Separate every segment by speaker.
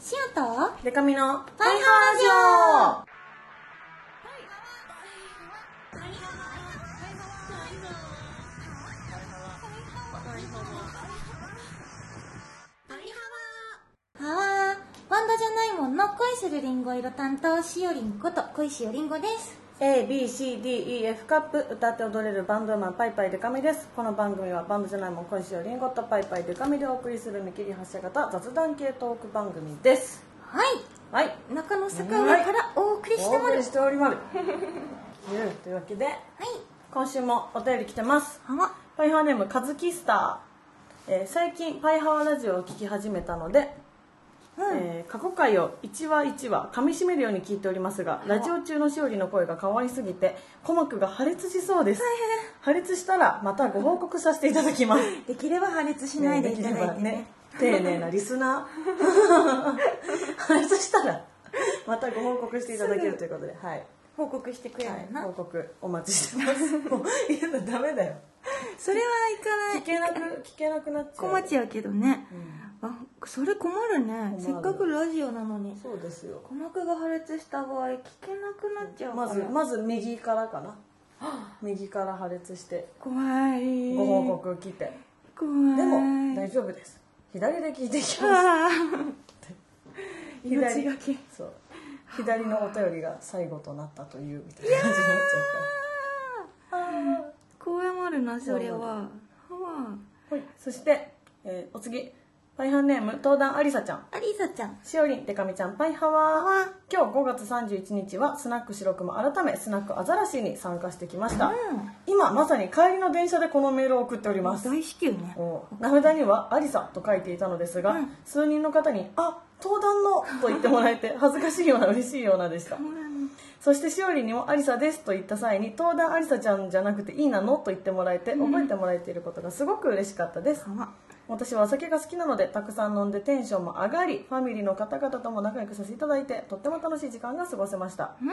Speaker 1: シオとは
Speaker 2: デカミの
Speaker 1: パイハワバンドじゃないもんの恋するりんご色担当しおりんこと恋しおりんごです。
Speaker 2: A, B, C, D, E, F カップ歌って踊れるバンドウーマンパイパイデカミですこの番組はバンドじゃないもん今週はリンゴとパイパイデカミでお送りする見切り発車型雑談系トーク番組です
Speaker 1: はい。
Speaker 2: はい
Speaker 1: 中野坂上からお送りしてもら
Speaker 2: お送
Speaker 1: う。は
Speaker 2: り
Speaker 1: い。
Speaker 2: しておりまるうんというわけで今週もお便り来てます
Speaker 1: はわ。
Speaker 2: パイハーネームカズキスター、えー最近パイハワラジオを聞き始めたので、
Speaker 1: うん。
Speaker 2: えー過去回を1話1話噛みしめるように聞いておりますがラジオ中のしおりの声が可愛すぎて鼓膜が破裂しそうです破裂したらまたご報告させていただきます
Speaker 1: できれば破裂 しないでいただいてね。
Speaker 2: ねできればね丁寧なリスナ ー破裂したらまたご報告していただけるということではい
Speaker 1: 報告してくれるな、
Speaker 2: 報告お待ちしてます もう言うのダメだよ
Speaker 1: それはいかない
Speaker 2: 聞けなく聞けなくなっちゃう
Speaker 1: 困っちゃうけどね、あそれ困るね
Speaker 2: 困る
Speaker 1: せっかくラジオなのに
Speaker 2: そうですよ
Speaker 1: 鼓膜が破裂した場合聞けなくなっちゃうから
Speaker 2: まずまず右からかな右から破裂して
Speaker 1: 怖い
Speaker 2: ご報告来て、
Speaker 1: 怖い
Speaker 2: でも大丈夫です左で聞いてきます
Speaker 1: あー
Speaker 2: 左
Speaker 1: 命がけ
Speaker 2: そう左のお便りが最後となったというみたいな感じになっちゃうから
Speaker 1: 怖まるなそれははわ
Speaker 2: はいそして、えーお次パイハンネーム東壇ありさちゃん
Speaker 1: ありさちゃん
Speaker 2: しおりんでかみちゃんパイハワー今日5月31日はスナック白熊改めスナックアザラシに参加してきました、
Speaker 1: うん
Speaker 2: 今まさに帰りの電車でこのメールを送っております
Speaker 1: 大至急ね
Speaker 2: お名札には「ありさ」と書いていたのですが、
Speaker 1: うん
Speaker 2: 数人の方に「あ登壇の」と言ってもらえて恥ずかしいような嬉しいようなでした
Speaker 1: ほらね
Speaker 2: そしてしおりんにも「ありさです」と言った際に「登壇ありさちゃんじゃなくていいなの?」と言ってもらえて覚えてもらえていることがすごく嬉しかったです
Speaker 1: はわ
Speaker 2: 私はお酒が好きなのでたくさん飲んでテンションも上がりファミリーの方々とも仲良くさせていただいてとっても楽しい時間が過ごせました
Speaker 1: うん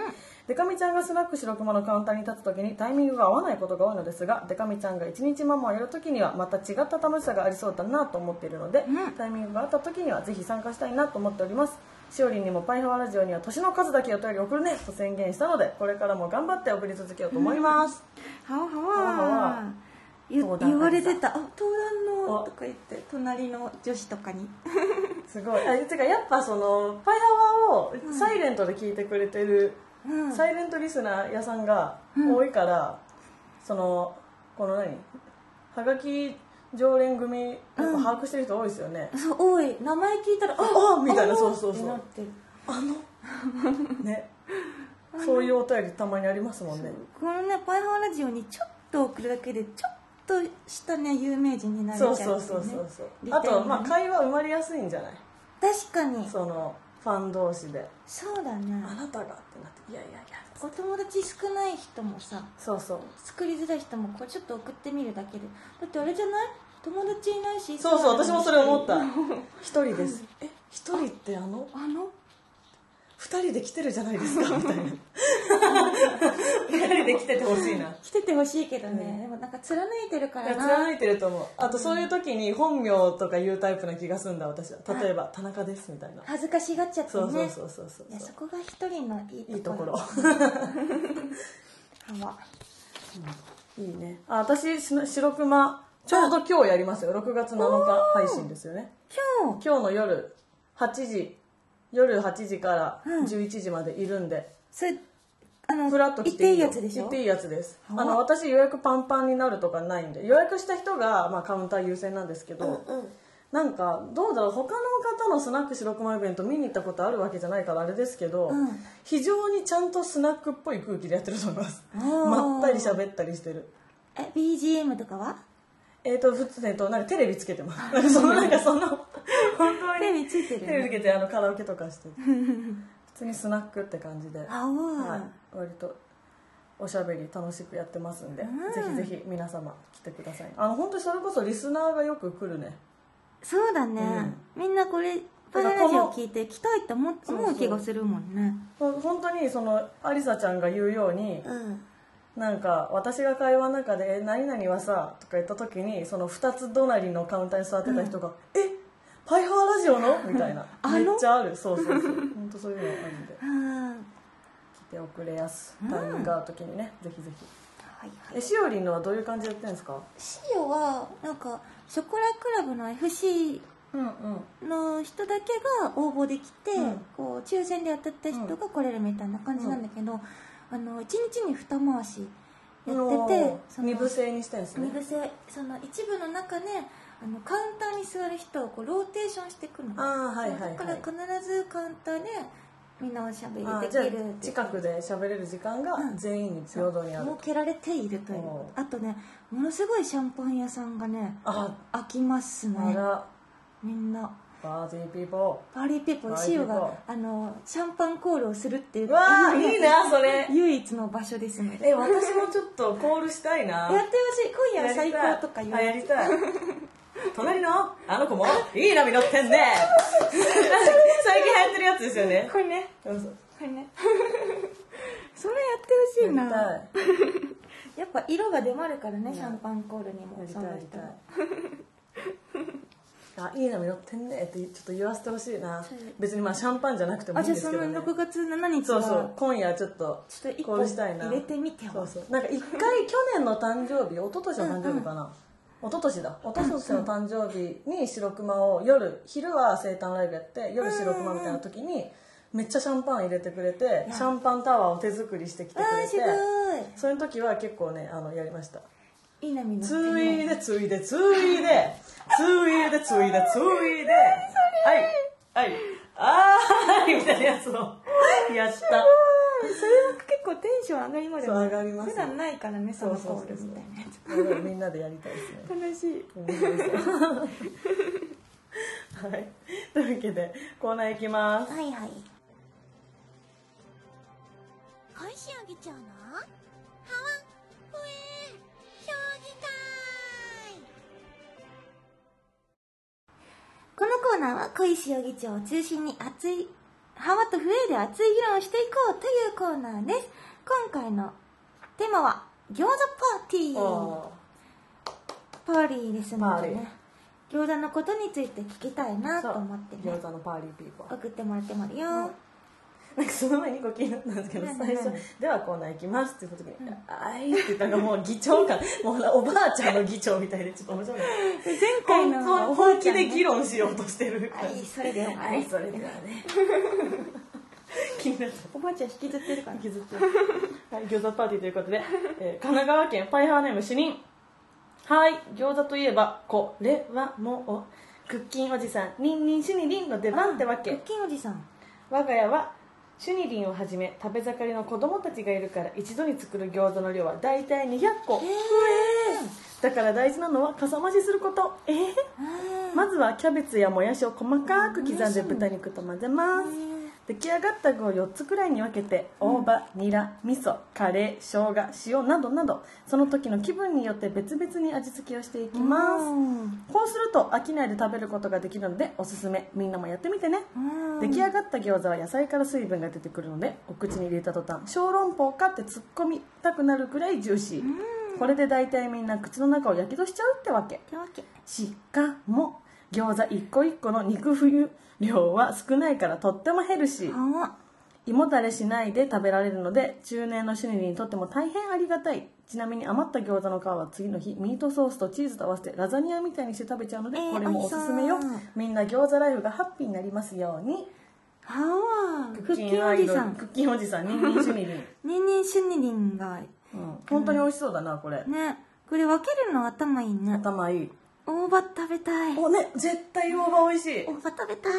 Speaker 2: デカミちゃんがスナック白熊のカウンターに立つ時にタイミングが合わないことが多いのですがデカミちゃんが一日ママをやる時にはまた違った楽しさがありそうだなと思っているので、
Speaker 1: うん
Speaker 2: タイミングがあった時にはぜひ参加したいなと思っておりますしおりんにもパイハワラジオには年の数だけお便り送るねと宣言したのでこれからも頑張って送り続けようと思います、
Speaker 1: はわ
Speaker 2: はわは
Speaker 1: はわ
Speaker 2: わ
Speaker 1: 言
Speaker 2: 登壇
Speaker 1: 言われてた「あ登壇の」
Speaker 2: あ
Speaker 1: とか言って隣の女子とかに
Speaker 2: すごいあてかやっぱそのパイハワをサイレントで聞いてくれてる、
Speaker 1: うん
Speaker 2: サイレントリスナー屋さんが多いから、そのこの何はがき常連組やっぱ把握してる人多いですよね、
Speaker 1: そう多い名前聞いたら「
Speaker 2: あみたいな
Speaker 1: あ
Speaker 2: そうそう
Speaker 1: って
Speaker 2: そう
Speaker 1: なってる
Speaker 2: ねそういうお便りたまにありますもんね
Speaker 1: このね「パイハーラジオ」にちょっと送るだけでちょっとしたね有名人になれちゃ
Speaker 2: そう
Speaker 1: っ
Speaker 2: う
Speaker 1: てい
Speaker 2: そうそうそうそう、
Speaker 1: 利点
Speaker 2: あ
Speaker 1: ね
Speaker 2: とまあ会話生まれやすいんじゃない
Speaker 1: 確かにそ
Speaker 2: そのファン同士で
Speaker 1: うだ
Speaker 2: 「あ
Speaker 1: ね
Speaker 2: なたが」ってなって「いやいやいや
Speaker 1: お友達少ない人もさ」
Speaker 2: そうそう
Speaker 1: 作りづらい人もこうちょっと送ってみるだけでだってあれじゃない友達いないし
Speaker 2: そうそう私もそれ思った
Speaker 1: あ
Speaker 2: 一人ですえ一人ってあの
Speaker 1: の
Speaker 2: 二人で来てるじゃないです かみたいな二人で来ててほしいな
Speaker 1: 来ててほしいけどね、
Speaker 2: うん
Speaker 1: でもなんか貫いてるか
Speaker 2: いや
Speaker 1: らな
Speaker 2: 貫いてると思うあとそういう時に本名とか言うタイプな気がすんだ私は例えば「田中です」みたいな
Speaker 1: 恥ずかしがっちゃってね
Speaker 2: そうそうそうそうそう
Speaker 1: いやそこが一人のいいところ
Speaker 2: いいところ
Speaker 1: 幅
Speaker 2: いいねあ私しの白熊ちょうど今日やりますよ6月7日配信ですよね
Speaker 1: 今日
Speaker 2: 今日の夜8時夜8時から
Speaker 1: うん
Speaker 2: 11時までいるんで、
Speaker 1: それあの
Speaker 2: フラッと来
Speaker 1: 行ってて
Speaker 2: い
Speaker 1: い
Speaker 2: い
Speaker 1: い
Speaker 2: よ
Speaker 1: やつでし
Speaker 2: 行
Speaker 1: ょ
Speaker 2: っていいやつですあ
Speaker 1: はあ
Speaker 2: の私予約パンパンになるとかないんで予約した人が、まあ、カウンター優先なんですけど、
Speaker 1: うん
Speaker 2: なんかどうだろう他の方のスナック白熊イベント見に行ったことあるわけじゃないからあれですけど、
Speaker 1: うん
Speaker 2: 非常にちゃんとスナックっぽい空気でやってる と思います
Speaker 1: おー
Speaker 2: まったり喋ったりしてる
Speaker 1: え BGM とかは
Speaker 2: えっ、と普通えっとなんかテレビつけてます なんかそのなんかその本当に
Speaker 1: テレビついて
Speaker 2: テレビ
Speaker 1: る
Speaker 2: つけてあのカラオケと かして普通にスナックって感じで、
Speaker 1: あおー
Speaker 2: はい、割とおしゃべり楽しくやってますんで、
Speaker 1: うん
Speaker 2: ぜひぜひ皆様来てくださいあの本当にそれこそリスナーがよく来るね
Speaker 1: そうだね、みんなこれパララジオ聞いて来たいって思
Speaker 2: そうそう
Speaker 1: 思う気がするもんね
Speaker 2: ほん本当にそのありさちゃんが言うように、
Speaker 1: うん
Speaker 2: なんか私が会話の中で「え何々はさ」とか言った時にその2つ隣のカウンターに座ってた人が「えパイハワラジオのみたいな
Speaker 1: あの
Speaker 2: めっ ちゃあるそう そうそう本当そういうのあるんで
Speaker 1: うん
Speaker 2: 来て遅れやすタイミングが合う時にね、ぜひぜひ
Speaker 1: はいはい
Speaker 2: えしおりんのはどういう感じでやってんですか
Speaker 1: シオはなんかショコラクラブの FC
Speaker 2: うんうん
Speaker 1: の人だけが応募できて、
Speaker 2: うん
Speaker 1: こう抽選で当たった人が来れるみたいな感じなんだけど、あの1日に二回しやっててその
Speaker 2: 二部制にしてんですね
Speaker 1: 二部制その一部の中であのカウンターに座る人をこうローテーションしていくの
Speaker 2: ああはいはいは
Speaker 1: そう
Speaker 2: い
Speaker 1: だから必ずカウンターでみんなおしゃべり
Speaker 2: あ
Speaker 1: で
Speaker 2: ー
Speaker 1: き
Speaker 2: じゃ
Speaker 1: るっていう
Speaker 2: あ近くで喋れる時間が全員に平等にある
Speaker 1: 設けられているという
Speaker 2: お
Speaker 1: あとねものすごいシャンパン屋さんがね
Speaker 2: あ
Speaker 1: 開きます
Speaker 2: あ
Speaker 1: ね
Speaker 2: ら
Speaker 1: みんな
Speaker 2: バーディーピーポ
Speaker 1: パーリーピーポー
Speaker 2: パー
Speaker 1: シ
Speaker 2: リ
Speaker 1: オ
Speaker 2: ーピーポー
Speaker 1: があのシャンパンコールをするっていう
Speaker 2: ーわあいいなそれ
Speaker 1: 唯一の場所ですので
Speaker 2: え私もちょっとコールしたい
Speaker 1: や
Speaker 2: な
Speaker 1: ってほしい今夜は最高とか言わ
Speaker 2: あ
Speaker 1: れ
Speaker 2: や
Speaker 1: て
Speaker 2: りたい 隣のあの子もいい波乗ってんね 最近流行ってるやつですよね
Speaker 1: これね
Speaker 2: そうそう
Speaker 1: これね それやってほしいな
Speaker 2: やりたい
Speaker 1: やっぱ色が出まるからね
Speaker 2: い
Speaker 1: シャンパンコールにも
Speaker 2: やり
Speaker 1: そ
Speaker 2: たい
Speaker 1: の
Speaker 2: やり
Speaker 1: 人
Speaker 2: た
Speaker 1: も
Speaker 2: い あいい波乗ってんねってちょっと言わせてほしいな
Speaker 1: そう
Speaker 2: 別にまあシャンパンじゃなくてもい
Speaker 1: あ
Speaker 2: い
Speaker 1: じ
Speaker 2: ん
Speaker 1: ゃ
Speaker 2: で
Speaker 1: あ
Speaker 2: す
Speaker 1: そ
Speaker 2: け
Speaker 1: の
Speaker 2: どね
Speaker 1: 6月7日
Speaker 2: そう
Speaker 1: は
Speaker 2: そう今夜ちょっと
Speaker 1: ちょっと一
Speaker 2: コ
Speaker 1: 個
Speaker 2: ールしたいな
Speaker 1: 入れてみて
Speaker 2: そ
Speaker 1: は
Speaker 2: うそうなんか一回去年の誕生日一昨年の誕生日かな、一昨年だ一昨年の誕生日に白熊を夜昼は生誕ライブやって夜白熊みたいな時にめっちゃシャンパン入れてくれてシャンパンタワーを手作りしてきて
Speaker 1: あ
Speaker 2: くれ
Speaker 1: ーす
Speaker 2: て
Speaker 1: ご
Speaker 2: そういう時は結構ねあのやりました
Speaker 1: いいい波の
Speaker 2: ついでついでついでついでついでついではいはいあーいみたいなやつをやった
Speaker 1: それは結構テンション上がりま
Speaker 2: そう上がります
Speaker 1: 普段ないからねそ
Speaker 2: そ
Speaker 1: の
Speaker 2: うそう
Speaker 1: コー
Speaker 2: そう
Speaker 1: ル
Speaker 2: そう
Speaker 1: みたいなやつ
Speaker 2: みんなでやりたいですね
Speaker 1: 楽しい
Speaker 2: はい、というわけでコーナー行きます
Speaker 1: はいはい小石あげちゃうのハワふえ評議会このコーナーは小石容疑長を中心に熱いハワとフエで熱い議論をしていこうというコーナーです今回のテーマは餃子パーティー
Speaker 2: お
Speaker 1: パーリーですのでね餃子のことについて聞きたいな
Speaker 2: ー
Speaker 1: と思って
Speaker 2: そう
Speaker 1: ね
Speaker 2: 餃子のパーリーピーポー
Speaker 1: 送ってもらってもあるよ、
Speaker 2: なんかその前に個気になったんですけど
Speaker 1: うん
Speaker 2: 最
Speaker 1: う
Speaker 2: 初
Speaker 1: ん
Speaker 2: 「ではコーナー行きます」って言った時に「あーい」って言ったのがもう議長感もうおばあちゃんの議長みたいでちょっと面白い
Speaker 1: 前回の
Speaker 2: 本当に
Speaker 1: おばあ
Speaker 2: 本
Speaker 1: ち
Speaker 2: 気
Speaker 1: ゃんね
Speaker 2: で議論しようとしてる
Speaker 1: あいいそれではね
Speaker 2: はいそれでは ね気になった
Speaker 1: おばあちゃん引きずってるから
Speaker 2: 引きずってるはい、餃子パーティーということで、えー神奈川県パイハーネーム主任はい餃子といえばこれはもうクッキンおじさんニンニンシュニリンの出番ってわ
Speaker 1: ク
Speaker 2: け
Speaker 1: ッキンおじさん
Speaker 2: 我が家はシュニリンをはじめ食べ盛りの子供たちがいるから一度に作る餃子の量は大体200個
Speaker 1: え
Speaker 2: だから大事なのはかさ増しすることえー
Speaker 1: ー
Speaker 2: まずはキャベツやもやしを細かく刻んで豚肉と混ぜます出来上がった具を4つくらいに分けて大葉、ニラ味噌カレー生姜塩などなどその時の気分によって別々に味付けをしていきます、
Speaker 1: うん
Speaker 2: こうすると飽きないで食べることができるのでおすすめみんなもやってみてね、
Speaker 1: うん
Speaker 2: 出来上がった餃子は野菜から水分が出てくるのでお口に入れた途端小籠包かって突っ込みたくなるくらいジューシー、これで大体みんな口の中をやけどしちゃうってわけ
Speaker 1: ってわけ
Speaker 2: しかも餃子一個一個の肉冬量は少ないからとってもヘルシー
Speaker 1: あ
Speaker 2: 胃もたれしないで食べられるので中年のシュニリにとっても大変ありがたいちなみに余った餃子の皮は次の日ミートソースとチーズと合わせてラザニアみたいにして食べちゃうので、
Speaker 1: えー
Speaker 2: これもおすすめよ
Speaker 1: 美味しそう
Speaker 2: みんな餃子ライフがハッピーになりますように
Speaker 1: はわクッキンおじさん
Speaker 2: クッキンおじさんニンニンシュニリン、
Speaker 1: ニンニンシュニリンが
Speaker 2: うん、本当に美味しそうだなこれ、
Speaker 1: ねこれ分けるの頭いいね
Speaker 2: 頭いい
Speaker 1: 大葉食べたい大
Speaker 2: おね絶対大葉美味しい
Speaker 1: 葉食べたい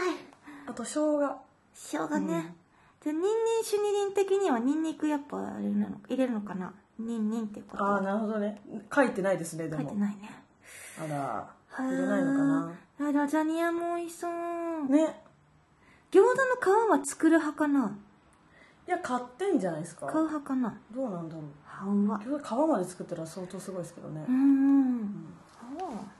Speaker 2: あと生姜
Speaker 1: 生姜ねじゃあニンニンシュニリン的にはニンニクやっぱあれなの入れるのかなニンニンっていうこと
Speaker 2: ああなるほどね書いてないですねで
Speaker 1: 書いて
Speaker 2: も
Speaker 1: ないね
Speaker 2: あら
Speaker 1: は
Speaker 2: 入れないのかな
Speaker 1: あラザニアも美味しそう
Speaker 2: ね
Speaker 1: 餃子の皮は作る派かない
Speaker 2: や買ってんじゃないですか
Speaker 1: 買う派かな
Speaker 2: どうなんだろう
Speaker 1: はうわ
Speaker 2: 皮まで作ったら相当すごいですけどね、
Speaker 1: うんうんは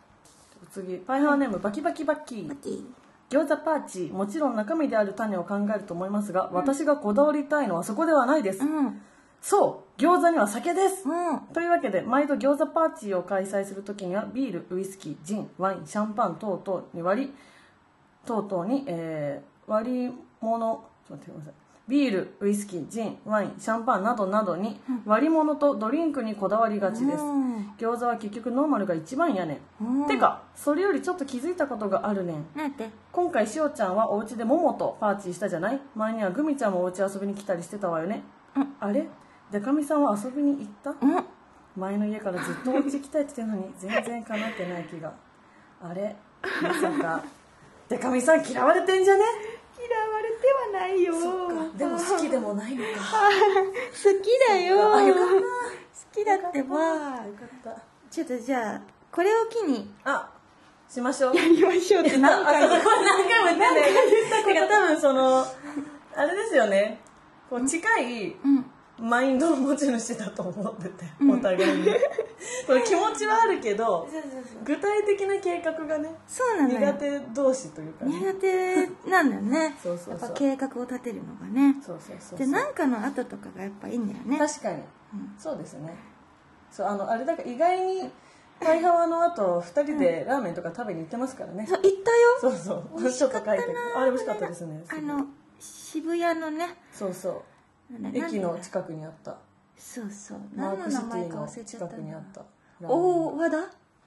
Speaker 2: 次パイハーネームバキバキバキ
Speaker 1: うバキ
Speaker 2: 餃子パーチもちろん中身である種を考えると思いますが、私がこだわりたいのはそこではないです、
Speaker 1: うんうん
Speaker 2: そう餃子には酒です、というわけで毎度餃子パーチを開催する時にはビールウイスキージンワインシャンパン等々に割りとうとうに、えー割り物ちょっと待ってくださいビールウイスキージンワインシャンパンなどなどに割り物とドリンクにこだわりがちです、
Speaker 1: うん
Speaker 2: 餃子は結局ノーマルが一番やねん、
Speaker 1: うん
Speaker 2: てかそれよりちょっと気づいたことがあるねん
Speaker 1: なんて
Speaker 2: 今回しおちゃんはお家でももとパーティーしたじゃない前にはグミちゃんもお家遊びに来たりしてたわよね、
Speaker 1: うん
Speaker 2: あれでかみさんは遊びに行った
Speaker 1: うん
Speaker 2: 前の家からずっとお家来たいって言ってたのに全然かなってない気があれまさかでかみさん嫌われてんじゃね
Speaker 1: 嫌われてはないよ
Speaker 2: そっかでも好きでもないのか
Speaker 1: 好きだよ
Speaker 2: あよかっ
Speaker 1: 好きだってば
Speaker 2: よかった
Speaker 1: ちょっとじゃあこれを機に
Speaker 2: あしましょう
Speaker 1: やりましょうって
Speaker 2: な
Speaker 1: 何回
Speaker 2: あそ
Speaker 1: も
Speaker 2: こ何回も言ってね言った多分そのあれですよねこう近い
Speaker 1: うん
Speaker 2: マインドの持ち主だと思ってて、お互いに その気持ちはあるけど
Speaker 1: そうそうそう
Speaker 2: 具体的な計画がね
Speaker 1: そうなの
Speaker 2: 苦
Speaker 1: よ
Speaker 2: 手同士というかね
Speaker 1: 苦手なんだよね
Speaker 2: そうそうそう
Speaker 1: やっぱ計画を立てるのがね
Speaker 2: そうそうそうそ
Speaker 1: で
Speaker 2: う
Speaker 1: 何かの後とかがやっぱいいんだよね
Speaker 2: 確かに、そうですねそうあのあれだから意外に会話の後二人でラーメンとか食べに行ってますからね、
Speaker 1: そう行ったよ
Speaker 2: そうそうちょっと書いてあれ美味しかったですね
Speaker 1: あの渋谷のね
Speaker 2: そうそう
Speaker 1: なんだ
Speaker 2: 駅の
Speaker 1: なんだ
Speaker 2: 近くにあった
Speaker 1: そうそう
Speaker 2: マ
Speaker 1: 何
Speaker 2: ー
Speaker 1: の
Speaker 2: クシ
Speaker 1: 名
Speaker 2: テ
Speaker 1: 前
Speaker 2: ィ
Speaker 1: か
Speaker 2: の
Speaker 1: 忘れちゃ
Speaker 2: 近
Speaker 1: った
Speaker 2: くにあ
Speaker 1: な
Speaker 2: ったラーメン
Speaker 1: 大和田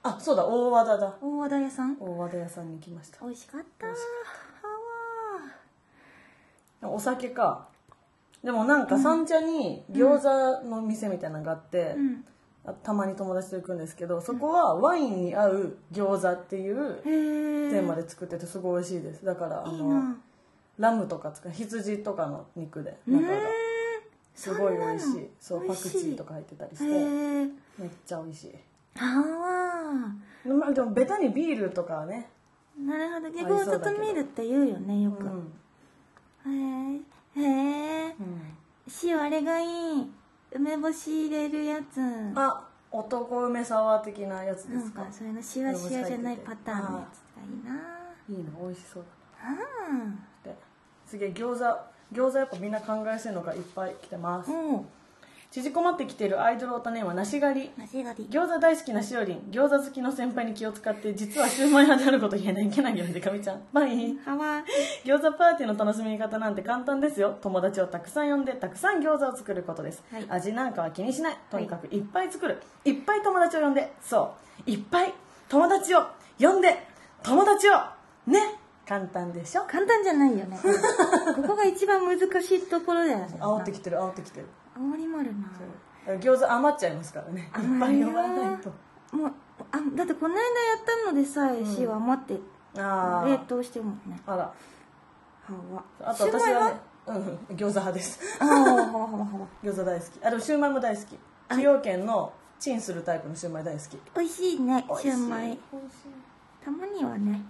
Speaker 2: あそうだ大和田だ
Speaker 1: 大和田屋さん
Speaker 2: 大和田屋さんに行きました
Speaker 1: 美味しかった
Speaker 2: 美味し
Speaker 1: はわ
Speaker 2: お酒かでもなんか三茶に餃子の店みたいなのがあって、
Speaker 1: うん
Speaker 2: あたまに友達と行くんですけどそこはワインに合う餃子っていう
Speaker 1: へ
Speaker 2: テ
Speaker 1: え
Speaker 2: ーマで作っててすごい美味しいですだからあ
Speaker 1: いい
Speaker 2: の
Speaker 1: な
Speaker 2: ラムとか使う羊とかの肉で
Speaker 1: うーん
Speaker 2: 中がすごい美味し
Speaker 1: そんなの
Speaker 2: いそう
Speaker 1: 美
Speaker 2: パ
Speaker 1: 味し
Speaker 2: ク
Speaker 1: い
Speaker 2: チーとか入ってたりして
Speaker 1: へえ
Speaker 2: めっちゃ美味しい
Speaker 1: は
Speaker 2: でまあでもベタにビールとかはね、
Speaker 1: あなるほど
Speaker 2: 合い
Speaker 1: 逆を
Speaker 2: そうだけど
Speaker 1: 整えるって言うよねよく、
Speaker 2: うん
Speaker 1: へえへえ
Speaker 2: うん
Speaker 1: 塩あれがいい梅干し入れるやつ
Speaker 2: あ男梅サワー的なやつで
Speaker 1: な
Speaker 2: す
Speaker 1: ん
Speaker 2: か
Speaker 1: かそれのシワシワじゃないパターンのやつがいいない
Speaker 2: いの美味しそうだ
Speaker 1: あ
Speaker 2: ってすげえ餃子餃子やっぱみんな考えしてるのがいっぱい来てま
Speaker 1: あ
Speaker 2: す
Speaker 1: も
Speaker 2: 縮こまってきているアイドルオタネームは梨狩り
Speaker 1: う間違り
Speaker 2: 餃子大好きなしおりん餃子好きの先輩に気を使って実はシューマイ派であることを言えないけなげなでかみちゃんバイ
Speaker 1: はわ
Speaker 2: 餃子パーティーの楽しみ方なんて簡単ですよ友達をたくさん呼んでたくさん餃子を作ることです、
Speaker 1: はい
Speaker 2: 味なんかは気にしないとにかくいっぱい作る、い、っぱい友達を呼んでそういっぱい友達を呼んで友達をね簡単でしょ
Speaker 1: 簡単じゃないよねここが一番難しいところだよね
Speaker 2: 煽ってきてる煽ってきてる
Speaker 1: 煽りまるな
Speaker 2: 餃子余っちゃいますから ねいっぱい呼ばないと
Speaker 1: もうあだってこの間やったのでさえ塩余って
Speaker 2: あ
Speaker 1: 冷
Speaker 2: ー
Speaker 1: 凍してるもんね
Speaker 2: あら
Speaker 1: はわ
Speaker 2: あと私はねうん、餃子派です
Speaker 1: ああはわはわはわ
Speaker 2: 餃子大好きあでもシューマイも大好き崎陽軒のチンするタイプのシューマイ大好き
Speaker 1: 美味しいねシ
Speaker 2: 美
Speaker 1: ュー
Speaker 2: 味しい
Speaker 1: マイたまにはね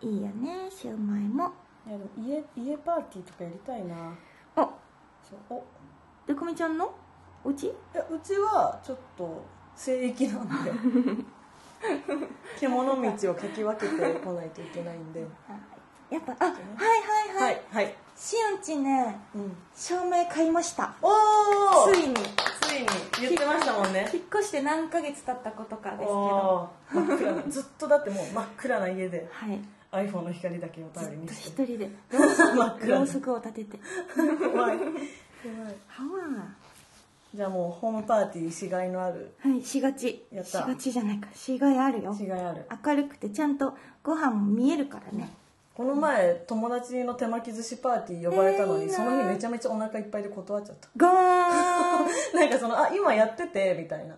Speaker 1: いいよねシューマイも
Speaker 2: いやでも家家パーティーとかやりたいな
Speaker 1: あ
Speaker 2: そうお
Speaker 1: でこみちゃんのお家
Speaker 2: いやうちはちょっと聖域なんで獣道をかき分けてこないといけないんで
Speaker 1: やっぱあはいはいはい、
Speaker 2: はいはい、
Speaker 1: しおんちね
Speaker 2: うん、
Speaker 1: シューマイ買いました
Speaker 2: おお
Speaker 1: ついに
Speaker 2: ついに言ってましたもんね
Speaker 1: 引っ越して何ヶ月経ったことかですけど
Speaker 2: おー真っ暗なずっとだってもう真っ暗な家で
Speaker 1: はい
Speaker 2: iPhone の光だけを頼りに
Speaker 1: 一
Speaker 2: して
Speaker 1: 人で
Speaker 2: 真っ
Speaker 1: ろ
Speaker 2: 暗
Speaker 1: う
Speaker 2: で
Speaker 1: そくを立てて
Speaker 2: 怖い
Speaker 1: はわ
Speaker 2: じゃあもうホームパーティーしがいのある
Speaker 1: はいしがち
Speaker 2: やった
Speaker 1: しがちじゃないかしがいあるよ
Speaker 2: しがいある
Speaker 1: 明るくてちゃんとご飯も見えるからね
Speaker 2: この前友達の手巻き寿司パーティー呼ばれたのに、
Speaker 1: えーいいな
Speaker 2: その日めちゃめちゃお腹いっぱいで断っちゃった
Speaker 1: ゴーンあ
Speaker 2: なんかその「あ今やってて」みたいな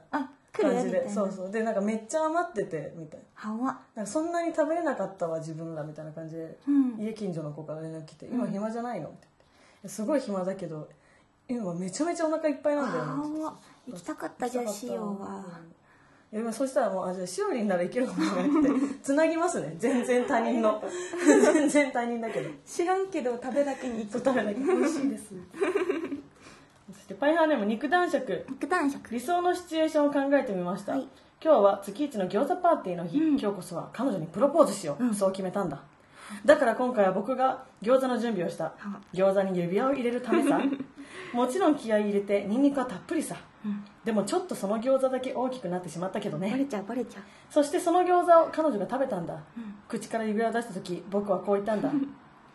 Speaker 1: 来るよ
Speaker 2: 感
Speaker 1: み
Speaker 2: じ
Speaker 1: たい
Speaker 2: で
Speaker 1: な
Speaker 2: そうそうでなんかめっちゃ余っててみたいな
Speaker 1: はわ
Speaker 2: なんかそんなに食べれなかったわ自分らみたいな感じで、
Speaker 1: うん
Speaker 2: 家近所の子から連絡来て「今暇じゃないの?」って言ってすごい暇だけど今めちゃめちゃお腹いっぱいなんだよね」って言って
Speaker 1: はわ行きたかったじゃあしようは、
Speaker 2: いやでもそしたらもうあじゃあしおりんならいけるかもしれないってつなぎますね全然他 人の全然他人だけど
Speaker 1: 知らんけど食べだけに行
Speaker 2: そう食べなきゃ美味しいです そしてパイハーネーム肉男爵
Speaker 1: 肉男爵
Speaker 2: 理想のシチュエーションを考えてみました、
Speaker 1: はい
Speaker 2: 今日は月一の餃子パーティーの日、今日こそは彼女にプロポーズしよう、そう決めたんだだから今回は僕が餃子の準備をした餃子に指輪を入れる ためさもちろん気合い入れてニンニクはたっぷりさ、でもちょっとその餃子だけ大きくなってしまったけど
Speaker 1: バ
Speaker 2: ね
Speaker 1: レちゃうバレちゃう
Speaker 2: そしてその餃子を彼女が食べたんだ、口から指輪を出した時僕はこう言ったんだ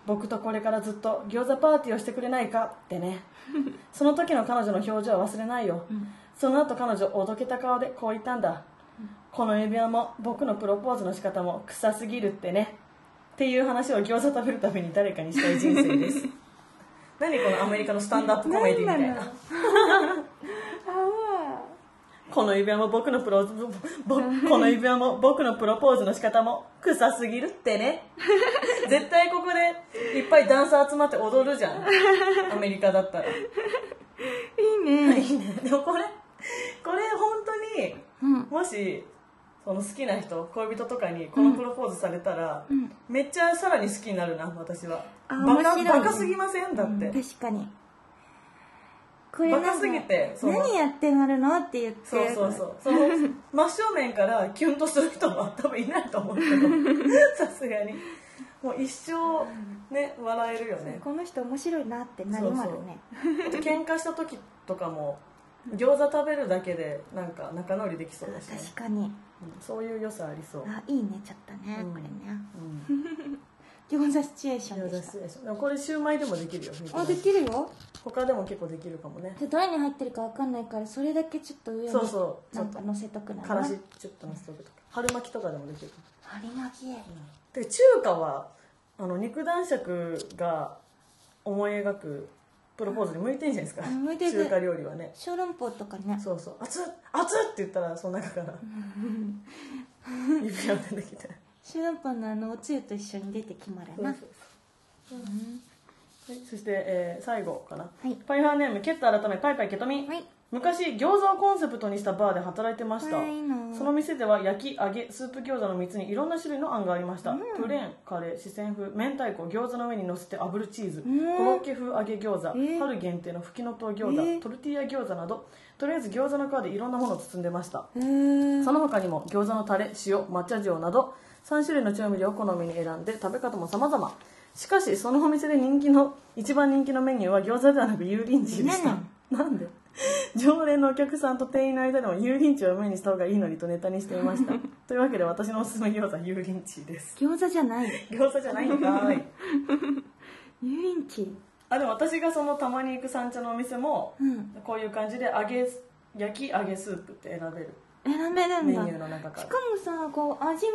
Speaker 2: 僕とこれからずっと餃子パーティーをしてくれないかって ねその時の彼女の表情は忘れないよ、その後彼女おどけた顔でこう言ったんだ、この指輪も僕のプロポーズの仕方も臭すぎるってねっていう話を餃子食べるために誰かにしたい人生 です何このアメリカのスタンダップコメディみたい
Speaker 1: 何
Speaker 2: な
Speaker 1: なのあ
Speaker 2: この指輪も僕のプロぼぼこの指輪も僕のプロポーズの仕方も臭すぎるって ね絶対ここでいっぱいダンサー集まって踊るじゃんアメリカだったらい
Speaker 1: いいね
Speaker 2: いねでもこれこれ本当に
Speaker 1: うん
Speaker 2: もしその好きな人恋人とかにこのプロポーズされたら、めっちゃさらに好きになるな私は
Speaker 1: あ
Speaker 2: バカ
Speaker 1: 面白いね
Speaker 2: バカすぎませんだって、
Speaker 1: 確かにこれなんか
Speaker 2: バカすぎてその
Speaker 1: 何やってなるのって言って
Speaker 2: そうそうそうその真正面からキュンとする人も多分いないと思うけど さすがにもう一生ね笑えるよね
Speaker 1: この人面白いなってなりまるね
Speaker 2: あと喧嘩した時とかも餃子食べるだけでなんか仲直りできそうだし、ね
Speaker 1: 確かに
Speaker 2: うんそういう良さありそう、
Speaker 1: あいいねちょっとね、
Speaker 2: うん
Speaker 1: これね
Speaker 2: うん、
Speaker 1: 餃子シチュエーションで
Speaker 2: 餃子
Speaker 1: し
Speaker 2: 失礼しますでもこれシューマイでもできるよ
Speaker 1: たあできるよ
Speaker 2: 他でも結構できるかもね
Speaker 1: でどれに入ってるかわかんないからそれだけちょっと上に
Speaker 2: そうそう
Speaker 1: なんか乗せとくな
Speaker 2: からしちょっとのせておくとか春巻きとかでもできる
Speaker 1: ハリマキ
Speaker 2: で中華はあの肉男爵が思い描くプロポーズに向いてんじゃないですか
Speaker 1: うん向いてる
Speaker 2: 中華料理はね
Speaker 1: 小籠包とかね
Speaker 2: そうそう熱っ熱っって言ったらその中から指輪が出てきて
Speaker 1: 小籠包のあのおつゆと一緒に出てきまる
Speaker 2: そうそ
Speaker 1: な
Speaker 2: うそうはいそして、えー最後かな、
Speaker 1: はい
Speaker 2: パイハーネームケッタ改めパイパイケトミ、
Speaker 1: はい
Speaker 2: 昔餃子をコンセプトにしたバーで働いてました、
Speaker 1: はいいいな
Speaker 2: その店では焼き揚げスープ餃子の3つにいろんな種類のあんがありました、プレーンカレー四川風明太子餃子の上にのせて炙るチーズ、
Speaker 1: ん
Speaker 2: コロッケ風揚げ餃子、
Speaker 1: えー
Speaker 2: 春限定のふきのとう餃子、
Speaker 1: えー
Speaker 2: トルティーヤ餃子などとりあえず餃子の皮でいろんなものを包んでました、
Speaker 1: へー
Speaker 2: その他にも餃子のタレ塩抹茶塩など3種類の調味料を好みに選んで食べ方も様々しかしそのお店で人気の一番人気のメニューは餃子ではなく油淋鶏でしたなんで 常連のお客さんと店員の間でも油淋鶏をメインにした方がいいのにとネタにしていま したというわけで私のおすすめ餃子は油淋鶏です
Speaker 1: 餃子じゃない
Speaker 2: 餃子じゃないんかい
Speaker 1: 油淋鶏
Speaker 2: あでも私がそのたまに行く三茶のお店も、
Speaker 1: うん
Speaker 2: こういう感じで揚げ焼き揚げスープって選べる
Speaker 1: 選べるん
Speaker 2: メニ
Speaker 1: だ
Speaker 2: ューの中から
Speaker 1: しかもさこう味も選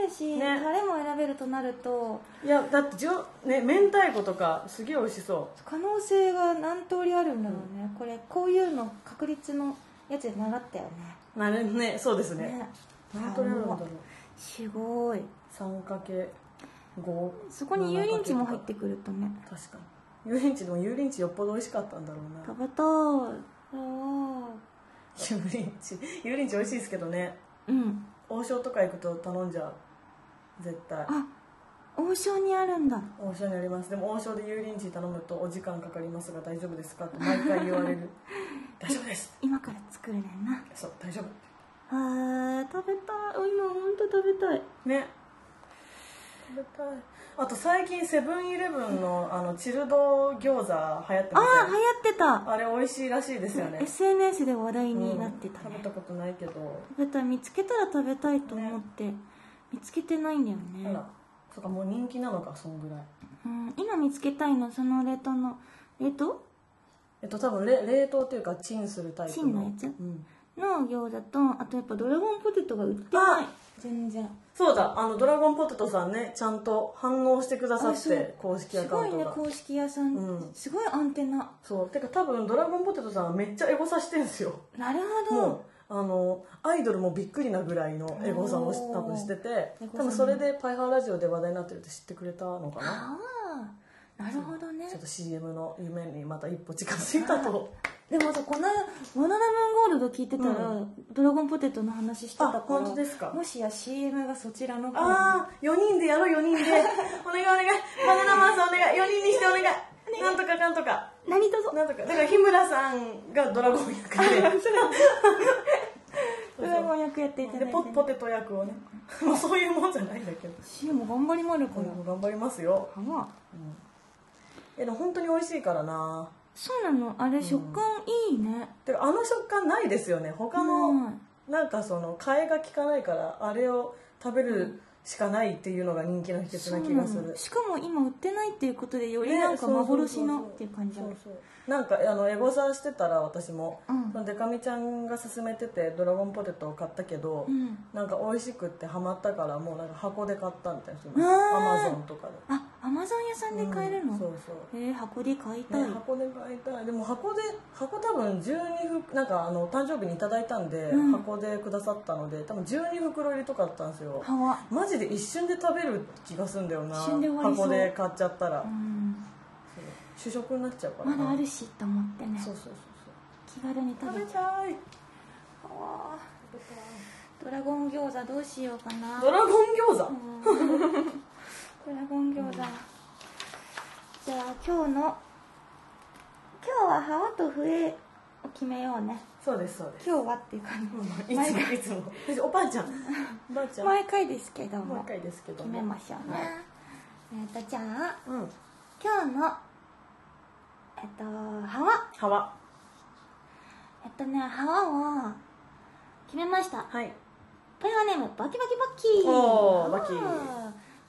Speaker 1: べるし、
Speaker 2: ね
Speaker 1: タレも選べるとなると
Speaker 2: いやだってじょ、ね、明太子とかすげえ美味しそ
Speaker 1: 可能性が何通りあるんだろうね、これこういうの確率のやつで習ったよね
Speaker 2: うなるねそうです
Speaker 1: ね
Speaker 2: ね何とれるんだろう
Speaker 1: すごい
Speaker 2: 3かけ5
Speaker 1: そこに油淋鶏も入ってくるとね
Speaker 2: 確かに油淋鶏でも油淋鶏よっぽど美味しかったんだろうな
Speaker 1: 食べたいあ
Speaker 2: 油淋鶏油淋鶏美味しいですけどね
Speaker 1: ーうん
Speaker 2: 王将とか行くと頼んじゃう絶対
Speaker 1: あ王将にあるんだ
Speaker 2: 王将にありますでも王将で油淋鶏頼むとお時間かかりますが大丈夫ですかと毎回言わ れる大丈夫です
Speaker 1: 今から作るねんな
Speaker 2: そう大丈夫
Speaker 1: あー食べたい今ほんと食べたい
Speaker 2: ね食べたいあと最近セブンイレブンのあのチルド餃子流行ってますよ
Speaker 1: ああ流行ってた
Speaker 2: あれ美味しいらしいですよね、
Speaker 1: SNS で話題
Speaker 2: うん
Speaker 1: になってた
Speaker 2: 食べ
Speaker 1: ね、
Speaker 2: たことないけど、
Speaker 1: 食べたい見つけたら食べたいと思って、見つけてないんだよ
Speaker 2: あ
Speaker 1: ね
Speaker 2: らそっかもう人気なのかそんぐらい
Speaker 1: うん、今見つけたいのその冷凍の冷凍
Speaker 2: えっと多分れ冷凍っていうかチンするタイプの
Speaker 1: チンのやつ
Speaker 2: うん、
Speaker 1: の餃子とあとやっぱドラゴンポテトが売ってない全然
Speaker 2: そうだあのドラゴンポテトさんねちゃんと反応してくださ
Speaker 1: あ
Speaker 2: っ
Speaker 1: そう
Speaker 2: て公式ア
Speaker 1: す
Speaker 2: カウ
Speaker 1: ご
Speaker 2: ン
Speaker 1: い
Speaker 2: ト
Speaker 1: ね
Speaker 2: が
Speaker 1: 公式屋さん、
Speaker 2: うん
Speaker 1: すごいアンテナ
Speaker 2: そうてか多分ドラゴンポテトさんはめっちゃエゴサしてんすよ
Speaker 1: なるほど
Speaker 2: もうあのアイドルもびっくりなぐらいのエゴサをし
Speaker 1: おー
Speaker 2: 多分してて
Speaker 1: エゴサね
Speaker 2: 多分それで「パイハーラジオ」で話題になってるって知ってくれたのかな
Speaker 1: ああなるほどね
Speaker 2: ちょっと CM の夢にまた一歩近づいたと
Speaker 1: でもさこの「バナナムーンゴールド」聞いてたら、
Speaker 2: う
Speaker 1: ドラゴンポテトの話してたから
Speaker 2: あ本当ですか
Speaker 1: もしや CM がそちらの
Speaker 2: ああ4人でやろう4人で お願いお願いバナナマンさんお願い4人にしてお願いなんとかなんとか
Speaker 1: 何とぞ
Speaker 2: なんとかだから日村さんがドラゴン役で
Speaker 1: ドラゴン役やっていただい
Speaker 2: で
Speaker 1: て
Speaker 2: ポポテト役をねまあそういうもんじゃないんだけど
Speaker 1: シーも頑張りまるか
Speaker 2: これ
Speaker 1: ら
Speaker 2: も頑張りますよ
Speaker 1: かま
Speaker 2: えでも本当に美味しいからな
Speaker 1: そうなのあれ食感いいね
Speaker 2: であの食感ないですよね他
Speaker 1: な
Speaker 2: の
Speaker 1: い
Speaker 2: なんかその替えが効かないからあれを食べるしかないっていうのが人気の秘訣な気がす
Speaker 1: そうな
Speaker 2: る
Speaker 1: のしかも今売ってないっていうことでより
Speaker 2: ね
Speaker 1: なんか幻
Speaker 2: そう
Speaker 1: の
Speaker 2: そうそう
Speaker 1: っていう感じある
Speaker 2: そうそうなんかあのエゴサしてたら私も、
Speaker 1: うん
Speaker 2: そのデカミちゃんが勧めててドラゴンポテトを買ったけど、
Speaker 1: うん
Speaker 2: なんか美味しくってハマったからもうなんか箱で買ったみたいな人い
Speaker 1: あ
Speaker 2: ま
Speaker 1: ー
Speaker 2: すアマゾンとかで
Speaker 1: あアマゾン屋さんで買えるの、
Speaker 2: うんそうそう
Speaker 1: えー箱で買いたい、
Speaker 2: ね、箱で買いたいでも箱で箱多分12袋なんかあの誕生日にいただいたんで、
Speaker 1: ん
Speaker 2: 箱でくださったので多分12袋入りとかだったんですよ
Speaker 1: はわ
Speaker 2: マジで一瞬で食べる気がすんだよな
Speaker 1: 一瞬で終わりそう
Speaker 2: 箱で買っちゃったら、
Speaker 1: うん
Speaker 2: そう主食になっちゃうから
Speaker 1: ま
Speaker 2: な
Speaker 1: だあるしと思ってね
Speaker 2: そうそうそうそう
Speaker 1: 気軽に食べちゃ
Speaker 2: たいう
Speaker 1: はわドラゴン餃子どうしようかな
Speaker 2: ドラゴン餃子
Speaker 1: ドラゴン餃子、じゃあ今日の今日は幅と笛を決めようね
Speaker 2: そうですそうです
Speaker 1: 今日はっていう感じ
Speaker 2: い
Speaker 1: 毎回
Speaker 2: ついつも私おば あちゃんおばあちゃん
Speaker 1: 毎回ですけど
Speaker 2: 毎
Speaker 1: も
Speaker 2: 回ですけど
Speaker 1: 決めましょうね、
Speaker 2: はい
Speaker 1: えっとじゃあ
Speaker 2: うん
Speaker 1: 今日のえっと幅
Speaker 2: ハワ
Speaker 1: えっとね幅を決めました
Speaker 2: はい
Speaker 1: ペンネームバキバキバキ
Speaker 2: おーバキ
Speaker 1: うん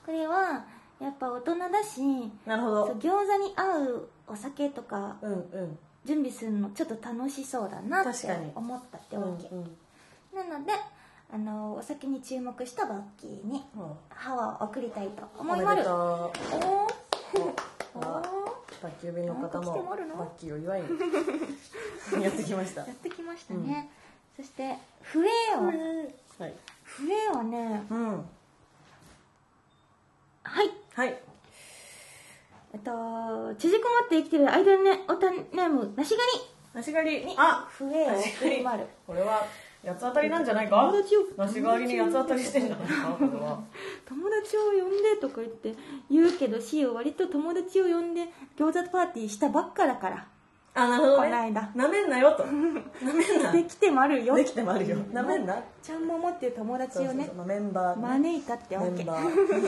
Speaker 1: これはやっぱ大人だし
Speaker 2: なるほ
Speaker 1: そう
Speaker 2: ど
Speaker 1: 餃子に合うお酒とか
Speaker 2: うんうん
Speaker 1: 準備するのちょっと楽しそうだなって
Speaker 2: 確かに
Speaker 1: 思ったって
Speaker 2: うん
Speaker 1: わけ、
Speaker 2: うん
Speaker 1: なのであのお酒に注目したバッキーに
Speaker 2: うん
Speaker 1: 歯を送りたいと
Speaker 2: お
Speaker 1: 思
Speaker 2: め
Speaker 1: い
Speaker 2: で
Speaker 1: まるお
Speaker 2: とう
Speaker 1: おーお
Speaker 2: あ
Speaker 1: ー
Speaker 2: 宅急便の
Speaker 1: なんか来
Speaker 2: 方
Speaker 1: て
Speaker 2: も
Speaker 1: もらうの
Speaker 2: バッキーを祝いに やってきまし た
Speaker 1: やってきましたね、そして笛を
Speaker 2: はい
Speaker 1: 笛はね
Speaker 2: うん
Speaker 1: はい
Speaker 2: はい
Speaker 1: えっと縮こまって生きてるアイドルねおたネームなしが
Speaker 2: 梨狩り
Speaker 1: りに
Speaker 2: あ
Speaker 1: 笛を
Speaker 2: 梨
Speaker 1: 振
Speaker 2: 狩
Speaker 1: り
Speaker 2: り
Speaker 1: まる
Speaker 2: これは八つ当たりなんじゃないか
Speaker 1: 友達を
Speaker 2: 梨狩りに八つ当たりしてんじゃないかこれは
Speaker 1: 友達を呼んでとか言って言うけど C は割と友達を呼んで餃子パーティーしたばっかだから
Speaker 2: あなるほど、ね、
Speaker 1: この間
Speaker 2: なめんなよとなめんな
Speaker 1: できてもあるよ
Speaker 2: できてもあるよなめんな
Speaker 1: ちゃんももっていう友達をね
Speaker 2: そうそうそうまあメンバーね
Speaker 1: 招いたってわけ
Speaker 2: メンバーメ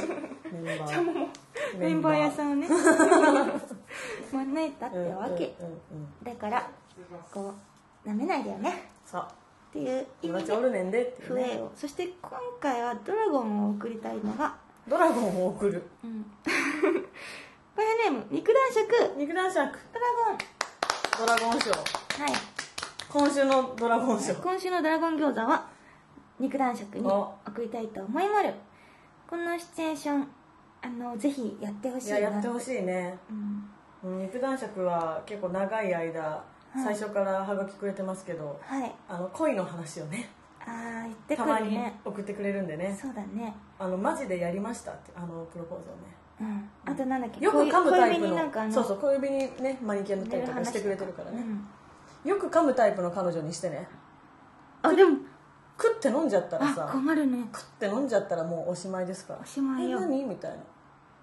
Speaker 2: ンバー
Speaker 1: メンバー屋
Speaker 2: ん
Speaker 1: さんをね 招いたってわけ
Speaker 2: うんうんうんうん
Speaker 1: だからこう舐めないでよね
Speaker 2: さあ
Speaker 1: っていう意
Speaker 2: 友
Speaker 1: 味
Speaker 2: 達
Speaker 1: で
Speaker 2: おるねんでっていうね
Speaker 1: 笛をそして今回はドラゴンを送りたいのが、
Speaker 2: ドラゴンを送る
Speaker 1: うん、 パイネーム肉男爵
Speaker 2: 肉弾尺
Speaker 1: ドラ
Speaker 2: ドラゴン賞
Speaker 1: ゴンはい
Speaker 2: 今週のドラゴン賞
Speaker 1: 今週のドラゴン餃子は肉男爵に
Speaker 2: お
Speaker 1: 送りたいと思いまるこのシチュエーションあのぜひやってほし
Speaker 2: い
Speaker 1: いな
Speaker 2: ややってほしいね
Speaker 1: うん
Speaker 2: うん肉弾尺は結構長い間最初からハガキくれてますけど
Speaker 1: はい
Speaker 2: あの恋の話をね
Speaker 1: ああ言ってく
Speaker 2: たま
Speaker 1: る
Speaker 2: に
Speaker 1: ね
Speaker 2: 送ってくれるんでね
Speaker 1: そうだね
Speaker 2: あのマジでやりましたってあのプロポーズをね
Speaker 1: うんあとなんだっけ
Speaker 2: よく噛
Speaker 1: 小
Speaker 2: むタ
Speaker 1: 指
Speaker 2: イプ
Speaker 1: になんかあ
Speaker 2: の
Speaker 1: の
Speaker 2: そうそう小指にねマニキュア塗ったりとかしてくれてるからね、よく噛むタイプの彼女にしてね
Speaker 1: うんあでも
Speaker 2: 食って飲んじゃったら
Speaker 1: あ
Speaker 2: さ食
Speaker 1: 困るね
Speaker 2: って飲んじゃったらもうおしまいですから
Speaker 1: おしまいよ
Speaker 2: え何みたいな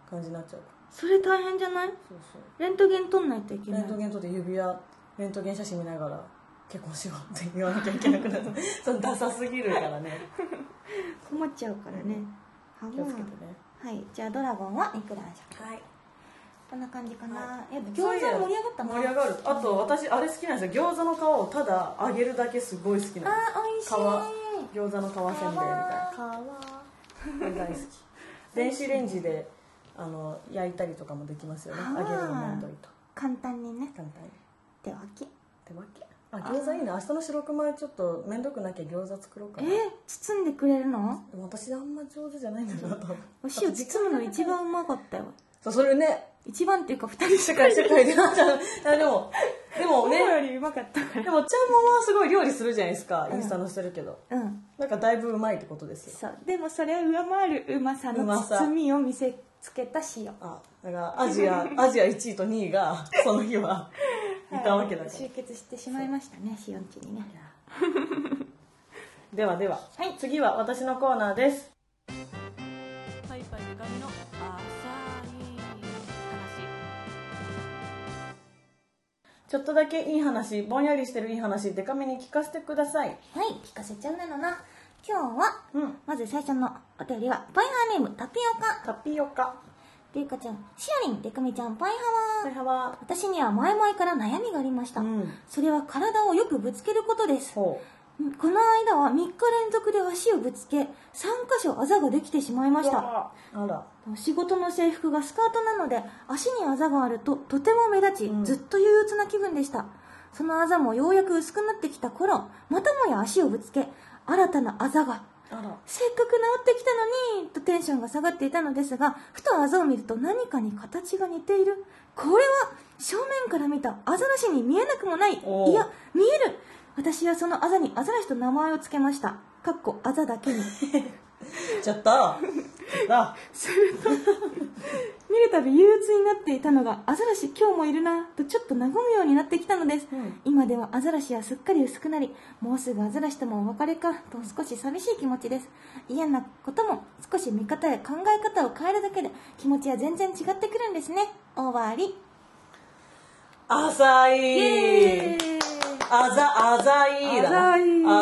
Speaker 2: 感じになっちゃうから
Speaker 1: それ大変じゃない
Speaker 2: そうそう
Speaker 1: レントゲン取んないといけな
Speaker 2: レ
Speaker 1: い
Speaker 2: ントゲン撮って指輪レントゲン写真見ながら結婚しようって言わなきゃいけなくなる そのダサすぎるからね
Speaker 1: 困っちゃうからね半
Speaker 2: 気を
Speaker 1: 分
Speaker 2: つけてね
Speaker 1: はいじゃあドラゴンは肉男爵
Speaker 2: はい
Speaker 1: こんな感じかな
Speaker 2: は
Speaker 1: やっぱ餃子
Speaker 2: そう
Speaker 1: 盛
Speaker 2: い
Speaker 1: り
Speaker 2: や
Speaker 1: 上がったな
Speaker 2: 盛り上がるあと私あれ好きなんですよ餃子の皮をただ揚げるだけすごい好き
Speaker 1: あ
Speaker 2: なん
Speaker 1: ー美
Speaker 2: で
Speaker 1: 味
Speaker 2: す
Speaker 1: し
Speaker 2: 皮
Speaker 1: い
Speaker 2: 餃子の皮せんべいみたいな大好き電子レンジであの焼いたりとかもできますよね
Speaker 1: あー
Speaker 2: 揚げるのもんどいと
Speaker 1: 簡単にねっ
Speaker 2: 簡単にって
Speaker 1: わけ
Speaker 2: てわけあ餃子いいな明日の白熊ちょっと面倒くなきゃ餃子作ろうか
Speaker 1: え
Speaker 2: な
Speaker 1: ー包んでくれるの
Speaker 2: でも私あんま上手じゃないんだなと思う
Speaker 1: お塩包むの一番うまかったよ
Speaker 2: そうそれね
Speaker 1: 一番っていうか二人
Speaker 2: 世界世 界でなっちゃうあでもでも
Speaker 1: 思う
Speaker 2: ね
Speaker 1: よりうまかった か
Speaker 2: でもちゃんもんはすごい料理するじゃないですか、インスタのしてるけど
Speaker 1: らうん
Speaker 2: なんかだいぶうまいってことですよ
Speaker 1: そうでもそれを上回るうまさの
Speaker 2: うまさ
Speaker 1: 包みを見せつけた塩
Speaker 2: あだからアジ アアジア1位と2位がその日はいたわけだか
Speaker 1: は
Speaker 2: ら、
Speaker 1: い集結してしまいましたねシオンチにね
Speaker 2: ではでは、次は私のコーナーです
Speaker 3: パイパイでかみの浅い話
Speaker 2: ちょっとだけいい話ぼんやりしてるいい話デカめに聞かせてください
Speaker 1: はい、聞かせちゃうなのな。今日は、
Speaker 2: うん
Speaker 1: まず最初のお便りは、パイハーネーム、タピオカ。
Speaker 2: タピオカ
Speaker 1: りゅうかちゃん、しおりん、でかみちゃん、パイハ
Speaker 2: こ
Speaker 1: ワ
Speaker 2: れは
Speaker 1: 私には前々から悩みがありました。
Speaker 2: うん
Speaker 1: それは体をよくぶつけることです。
Speaker 2: ほ
Speaker 1: うんこの間は3日連続で足をぶつけ、3箇所あざができてしまいま
Speaker 2: う
Speaker 1: した。
Speaker 2: あら
Speaker 1: 仕事の制服がスカートなので、足にあざがあるととても目立ち、
Speaker 2: うん
Speaker 1: ずっと憂鬱な気分でした。そのあざもようやく薄くなってきた頃、またもや足をぶつけ、新たなあざが
Speaker 2: あら
Speaker 1: せっかく治ってきたのにとテンションが下がっていたのですがふとあざを見ると何かに形が似ているこれは正面から見たアザラシに見えなくもないい
Speaker 2: おう
Speaker 1: や見える私はそのあざにアザラシと名前を付けましたかっこあざだけに
Speaker 2: ちょっとちょっと
Speaker 1: すると見るたび憂鬱になっていたのがアザラシ今日もいるなとちょっと和むようになってきたのです、
Speaker 2: うん
Speaker 1: 今ではアザラシはすっかり薄くなりもうすぐアザラシともお別れかと少し寂しい気持ちです嫌なことも少し見方や考え方を変えるだけで気持ちは全然違ってくるんですね終わり
Speaker 2: 浅
Speaker 1: イ
Speaker 2: いあざあざいだな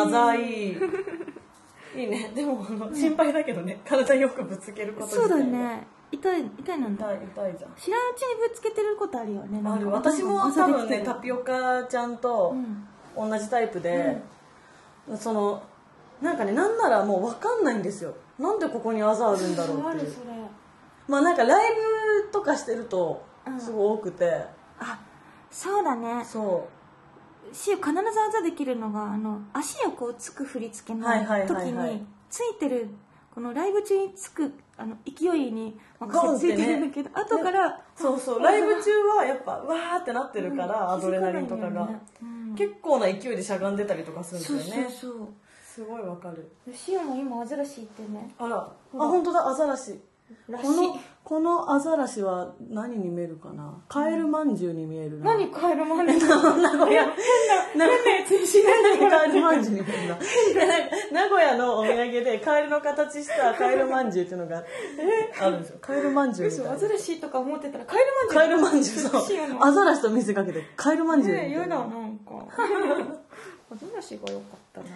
Speaker 1: あ
Speaker 2: あ
Speaker 1: ざ
Speaker 2: ざいいいねでもあの心配だけどね体よくぶつけること
Speaker 1: そう
Speaker 2: 自体
Speaker 1: だね痛い痛いなんだ
Speaker 2: 痛い痛いじゃん
Speaker 1: 知らんうちにぶつけてることあるよねな
Speaker 2: あ
Speaker 1: ん
Speaker 2: る
Speaker 1: か
Speaker 2: 私も
Speaker 1: 朝
Speaker 2: 多
Speaker 1: でき
Speaker 2: 分
Speaker 1: てる
Speaker 2: ねタピオカちゃんと
Speaker 1: ん
Speaker 2: 同じタイプで、そのなんかねなんならもう分かんないんですよなんでここにあざあるんだろう
Speaker 1: あ
Speaker 2: ってい
Speaker 1: る
Speaker 2: う
Speaker 1: それ
Speaker 2: まあなんかライブとかしてると
Speaker 1: うん
Speaker 2: すごい多くて、
Speaker 1: あそうだね
Speaker 2: そ
Speaker 1: し必ずあざできるのがあの足をこうつく振り付けの
Speaker 2: はいはい
Speaker 1: 時
Speaker 2: はいはい
Speaker 1: についてるこのライブ中につくあの勢いに
Speaker 2: ゴン
Speaker 1: 任
Speaker 2: っ
Speaker 1: せ
Speaker 2: て
Speaker 1: てつ
Speaker 2: ね
Speaker 1: いてるんだけど、後から
Speaker 2: うそうそうライブ中はやっぱわーってなってるから、アドレナリンとかが、
Speaker 1: うん
Speaker 2: 結構な勢いでしゃがんでたりとかするんです
Speaker 1: そ
Speaker 2: よ
Speaker 1: う
Speaker 2: ね
Speaker 1: そうそう
Speaker 2: すごいわかる
Speaker 1: シオも今アザラシいてね
Speaker 2: あらあ本当だアザラシ
Speaker 1: らしい
Speaker 2: このこのアザラシは何に見えるかなカエルまんじゅうに見えるな、
Speaker 1: 何カエルマンジュ名 古屋
Speaker 2: 名古屋通信カエルまんじゅうみたい な。名古屋のお土産でカエルの形したカエルまんじゅうっていうのがあるんですよ。カエルまんじゅうみたいな。
Speaker 1: アザラシとか思ってたらカエルマンジュ
Speaker 2: カエルまんじゅう、そう
Speaker 1: シオ。の
Speaker 2: アザラシと見せかけてカエルまんじゅうみた
Speaker 1: ね
Speaker 2: い
Speaker 1: え
Speaker 2: な。
Speaker 1: 嫌だなんかアザラシが良かったな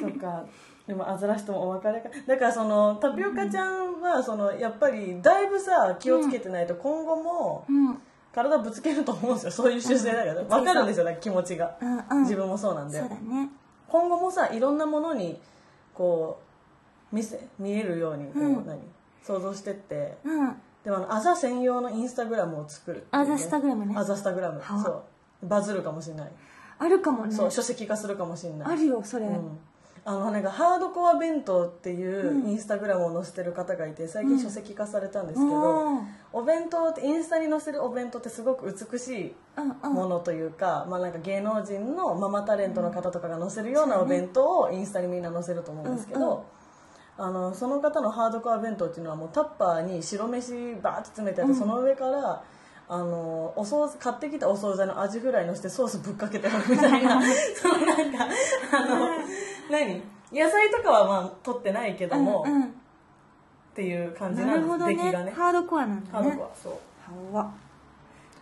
Speaker 2: そっか。でもアザラシともお別れか。だからそのタピオカちゃんはそのやっぱりだいぶさ気をつけてないと今後も
Speaker 1: うんうん
Speaker 2: 体ぶつけると思うんですよ。そういう習性だから。わかるんですよ、だから気持ちが。
Speaker 1: うん
Speaker 2: 自分もそうなんで。
Speaker 1: そうだね
Speaker 2: 今後もさいろんなものにこう見せ見えるようにこう、
Speaker 1: うん
Speaker 2: 何想像してって
Speaker 1: うん
Speaker 2: でもあのあざ専用のインスタグラムを作るっていう
Speaker 1: あざスタグラムね
Speaker 2: あざスタグラム
Speaker 1: はあ
Speaker 2: そうバズるかもしれない、
Speaker 1: あるかもね
Speaker 2: そう書籍化するかもしれない
Speaker 1: あるよそれ、
Speaker 2: うん、あのなんかハードコア弁当っていう
Speaker 1: うん
Speaker 2: インスタグラムを載せてる方がいて最近書籍化されたんですけど、
Speaker 1: おー
Speaker 2: お弁当ってインスタに載せるお弁当ってすごく美しい
Speaker 1: うんうん
Speaker 2: ものというか,、まあ、なんか芸能人のママタレントの方とかが載せるようなお弁当をインスタにみんな載せると思うんですけど、あのその方のハードコア弁当っていうのはもうタッパーに白飯バーって詰めてあって、その上から。あのお惣菜買ってきたお惣菜のアジフライのしてソースぶっかけてあるみたい なそのなんかあの何野菜とかはまあ取ってないけども、
Speaker 1: うんう
Speaker 2: っ
Speaker 1: ん
Speaker 2: ていう感じ
Speaker 1: な
Speaker 2: な
Speaker 1: る
Speaker 2: んで
Speaker 1: ほ
Speaker 2: す
Speaker 1: ど
Speaker 2: 出
Speaker 1: ね
Speaker 2: 来がね
Speaker 1: ハードコアなん
Speaker 2: ハ
Speaker 1: だ
Speaker 2: ー
Speaker 1: ね
Speaker 2: ドコアそう
Speaker 1: は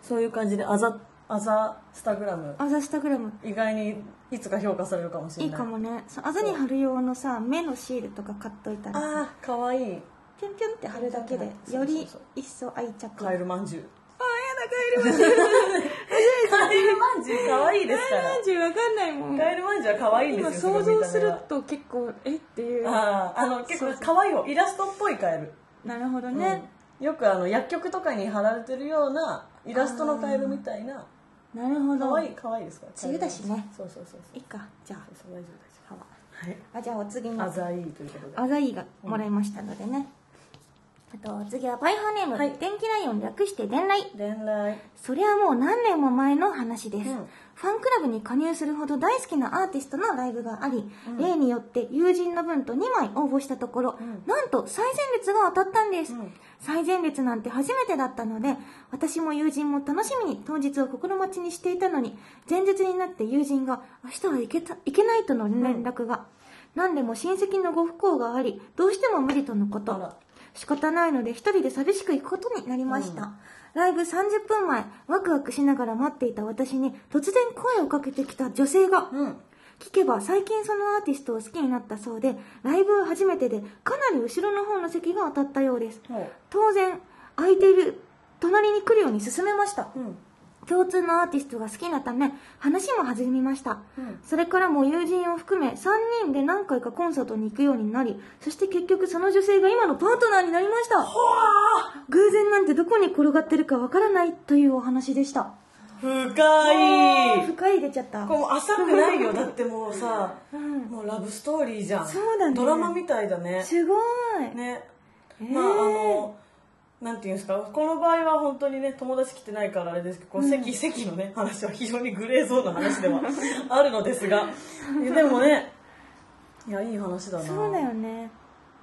Speaker 2: そういう感じであざあざスタグラム
Speaker 1: アザスタグラム
Speaker 2: 意外にいつか評価されるかもしれ
Speaker 1: い
Speaker 2: ない
Speaker 1: いかもねそうあざに貼る用のさ目のシールとか買っといたらさ
Speaker 2: ああかわいい
Speaker 1: ピョンピョンって貼るだけで
Speaker 2: そ
Speaker 1: よ
Speaker 2: うそうそう
Speaker 1: り一層愛着
Speaker 2: カエ
Speaker 1: あ
Speaker 2: ルまんじゅう
Speaker 1: やだカエルマンジュ
Speaker 2: カエルまんじゅうかわいいですか
Speaker 1: カエルマンジュわかんないもん
Speaker 2: らカエルまんじゅうはかわいいん
Speaker 1: 今
Speaker 2: ですよ
Speaker 1: 想像する
Speaker 2: すごい見た目は
Speaker 1: と結構えっていう
Speaker 2: あああの結構かわいい方イラストっぽいカエル
Speaker 1: なるほどね、
Speaker 2: よくあの薬局とかに貼られてるようなイラストのカエルみたいな
Speaker 1: なるほ
Speaker 2: か
Speaker 1: ど
Speaker 2: わいいかわいいですから
Speaker 1: 梅雨だしね
Speaker 2: そうそうそう
Speaker 1: いいかじゃあ
Speaker 2: そう大丈夫
Speaker 1: 歯は
Speaker 2: 大丈
Speaker 1: あじゃあお次
Speaker 2: 夫は
Speaker 1: の
Speaker 2: いあざいいということで
Speaker 1: あざいがもらいましたのでね、あと次はバイハーネーム、
Speaker 2: はい
Speaker 1: 電気ライオン略して電来
Speaker 2: 恋愛
Speaker 1: それはもう何年も前の話です、
Speaker 2: うん
Speaker 1: ファンクラブに加入するほど大好きなアーティストのライブがあり、例によって友人の分と2枚応募したところ、
Speaker 2: ん
Speaker 1: なんと最前列が当たったんです、
Speaker 2: うん
Speaker 1: 最前列なんて初めてだったので私も友人も楽しみに当日を心待ちにしていたのに前日になって友人が明日は行けた行けないとの連絡が、何でも親戚のご不幸がありどうしても無理とのこ
Speaker 2: あ
Speaker 1: と
Speaker 2: ら
Speaker 1: 仕方ないので一人で寂しく行くことになりました、
Speaker 2: うん
Speaker 1: ライブ30分前ワクワクしながら待っていた私に突然声をかけてきた女性が
Speaker 2: うん
Speaker 1: 聞けば最近そのアーティストを好きになったそうでライブ初めてでかなり後ろの方の席が当たったようです
Speaker 2: ほ
Speaker 1: 当然空いている隣に来るように勧めました
Speaker 2: ううん
Speaker 1: 共通のアーティストが好きなため話も弾みました
Speaker 2: うん
Speaker 1: それからも友人を含め3人で何回かコンサートに行くようになりそして結局その女性が今のパートナーになりました偶然なんてどこに転がってるかわからないというお話でした
Speaker 2: 深い
Speaker 1: 深い出ちゃった
Speaker 2: これもう浅くないよだってもうさ
Speaker 1: うん
Speaker 2: もうラブストーリーじゃん
Speaker 1: そうだね
Speaker 2: ドラマみたいだね
Speaker 1: すごい
Speaker 2: ね
Speaker 1: えー
Speaker 2: まああのなんていうんですかこの場合は本当にね友達来てないからあれですけどこう席、席のね話は非常にグレーゾーンな話 ではあるのですがいやでもねいやいい話だな
Speaker 1: そうだよね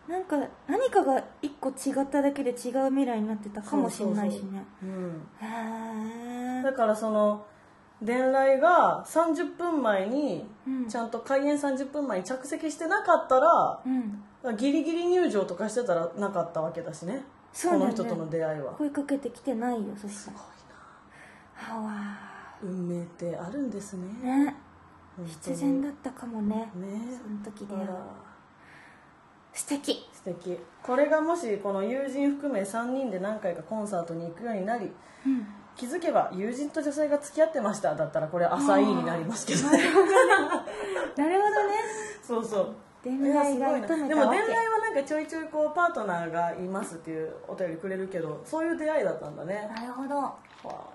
Speaker 1: なんか何かが一個違っただけで違う未来になってたかもしれないしね
Speaker 2: うん、
Speaker 1: へ
Speaker 2: だ
Speaker 1: ー
Speaker 2: からその伝来が30分前に
Speaker 1: うん
Speaker 2: ちゃんと開演30分前に着席してなかったら
Speaker 1: うん
Speaker 2: ギリギリ入場とかしてたらなかったわけだしね
Speaker 1: そうだ
Speaker 2: こ
Speaker 1: ね
Speaker 2: の人との出会いは
Speaker 1: 声かけてきてないよそしたらは
Speaker 2: 運命ってあるんですね
Speaker 1: わーね
Speaker 2: 本当に
Speaker 1: 必然だったかもね
Speaker 2: ね
Speaker 1: その時で
Speaker 2: あら
Speaker 1: 素敵
Speaker 2: 素敵これがもしこの友人含め3人で何回かコンサートに行くようになり
Speaker 1: うん
Speaker 2: 気づけば友人と女性が付き合ってましただったらこれ浅いになりますけどね
Speaker 1: なるほどね
Speaker 2: そうそう
Speaker 1: 恋
Speaker 2: いや
Speaker 1: 愛
Speaker 2: す
Speaker 1: が
Speaker 2: ごい
Speaker 1: 求
Speaker 2: な
Speaker 1: め
Speaker 2: で
Speaker 1: た
Speaker 2: も
Speaker 1: わ
Speaker 2: 恋
Speaker 1: け
Speaker 2: 愛はなんかちょいちょいこうパートナーがいますっていうお便りくれるけどそういう出会いだったんだね
Speaker 1: なるほど
Speaker 2: わあ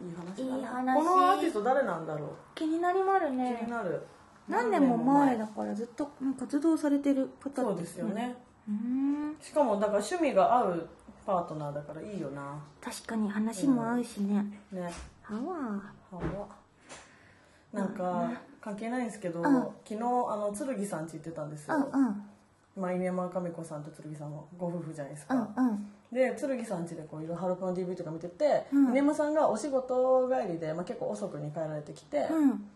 Speaker 2: いい話だない
Speaker 1: い話
Speaker 2: このアーティスト誰なんだろう
Speaker 1: 気になりまる
Speaker 2: 気
Speaker 1: ね
Speaker 2: になる
Speaker 1: 何年も前だからずっとうん活動されてる方
Speaker 2: そうですよね
Speaker 1: うーん
Speaker 2: しかもだから趣味が合うパートナーだからいいよな
Speaker 1: 確かに話も合うしね
Speaker 2: ね
Speaker 1: はわ
Speaker 2: あなんか関係ないんですけど、
Speaker 1: ん
Speaker 2: 昨日あの剣さん家行ってたんです
Speaker 1: ー
Speaker 2: よ、
Speaker 1: うんうん
Speaker 2: まあ、犬山亀子さんと剣さんのご夫婦じゃないです
Speaker 1: う
Speaker 2: か、
Speaker 1: んうん
Speaker 2: で剣さん家でこういろいろハロプロの DV とか見てて、
Speaker 1: うん
Speaker 2: 犬山さんがお仕事帰りで、まあ、結構遅くに帰られてきて、
Speaker 1: うん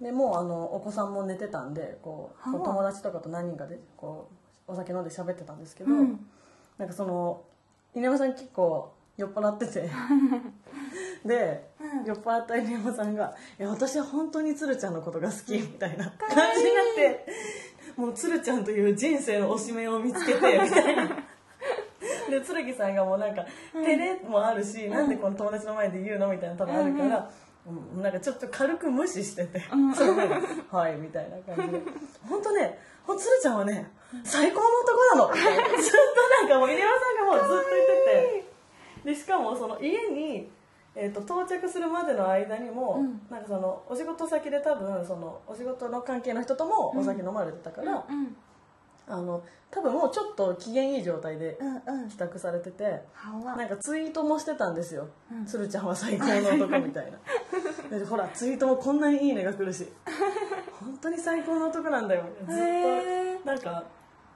Speaker 2: でもうあのお子さんも寝てたんでこう
Speaker 1: はあ
Speaker 2: こう友達とかと何人かでこうお酒飲んで喋ってたんですけど、
Speaker 1: うん
Speaker 2: なんかその稲山さん結構酔っ払っ ててで、
Speaker 1: うん
Speaker 2: 酔っ払った稲山さんが「いや私は本当に鶴ちゃんのことが好き」みたいな感じになってもう鶴ちゃんという人生の推しメンを見つ けてみたいな。で剣さんがもうなんか照れもあるし、なんでこの友達の前で言うのみたいな多分あるから、うんなんかちょっと軽く無視してて、それではいみたいな感じで本当ねほんと鶴ちゃんはね最高の男なのみたいなずっとなんかもう入山さんがもうずっと言っててでしかもその家に、えー、と到着するまでの間にも、
Speaker 1: うん
Speaker 2: なんかそのお仕事先で多分そのお仕事の関係の人ともお酒飲まれてたから、
Speaker 1: うん
Speaker 2: あの多分もうちょっと機嫌いい状態で
Speaker 1: うんうん
Speaker 2: 帰宅されてて。
Speaker 1: はわ
Speaker 2: なんかツイートもしてたんですよ
Speaker 1: うん
Speaker 2: 「鶴、ちゃんは最高の男」みたい なでほらツイートもこんなにいいねが来るし本当に最高の男なんだよずっと、
Speaker 1: へー
Speaker 2: なんか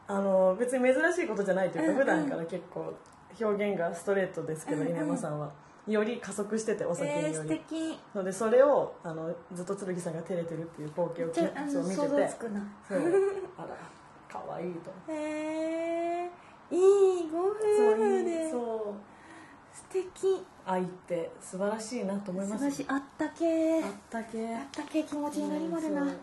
Speaker 2: あの別に珍しいことじゃないというか、普段から結構表現がストレートですけど、稲山さんはより加速しててお酒に
Speaker 1: え
Speaker 2: よ
Speaker 1: ー
Speaker 2: り、
Speaker 1: 素敵
Speaker 2: のでそれをあのずっと剣さんが照れてるっていう光景を
Speaker 1: じゃああ
Speaker 2: ちょ
Speaker 1: の
Speaker 2: っと見て
Speaker 1: 想像
Speaker 2: て
Speaker 1: つくな
Speaker 2: そうあら可愛いと
Speaker 1: へえいいご夫
Speaker 2: そう
Speaker 1: 婦
Speaker 2: い
Speaker 1: で素
Speaker 2: うそう
Speaker 1: 敵
Speaker 2: 愛って素晴らしいなと思い
Speaker 1: 素
Speaker 2: ま
Speaker 1: 晴ら
Speaker 2: す
Speaker 1: しいあったけー
Speaker 2: あったけ
Speaker 1: あったけー気持ちになりまる
Speaker 2: う
Speaker 1: なん
Speaker 2: そう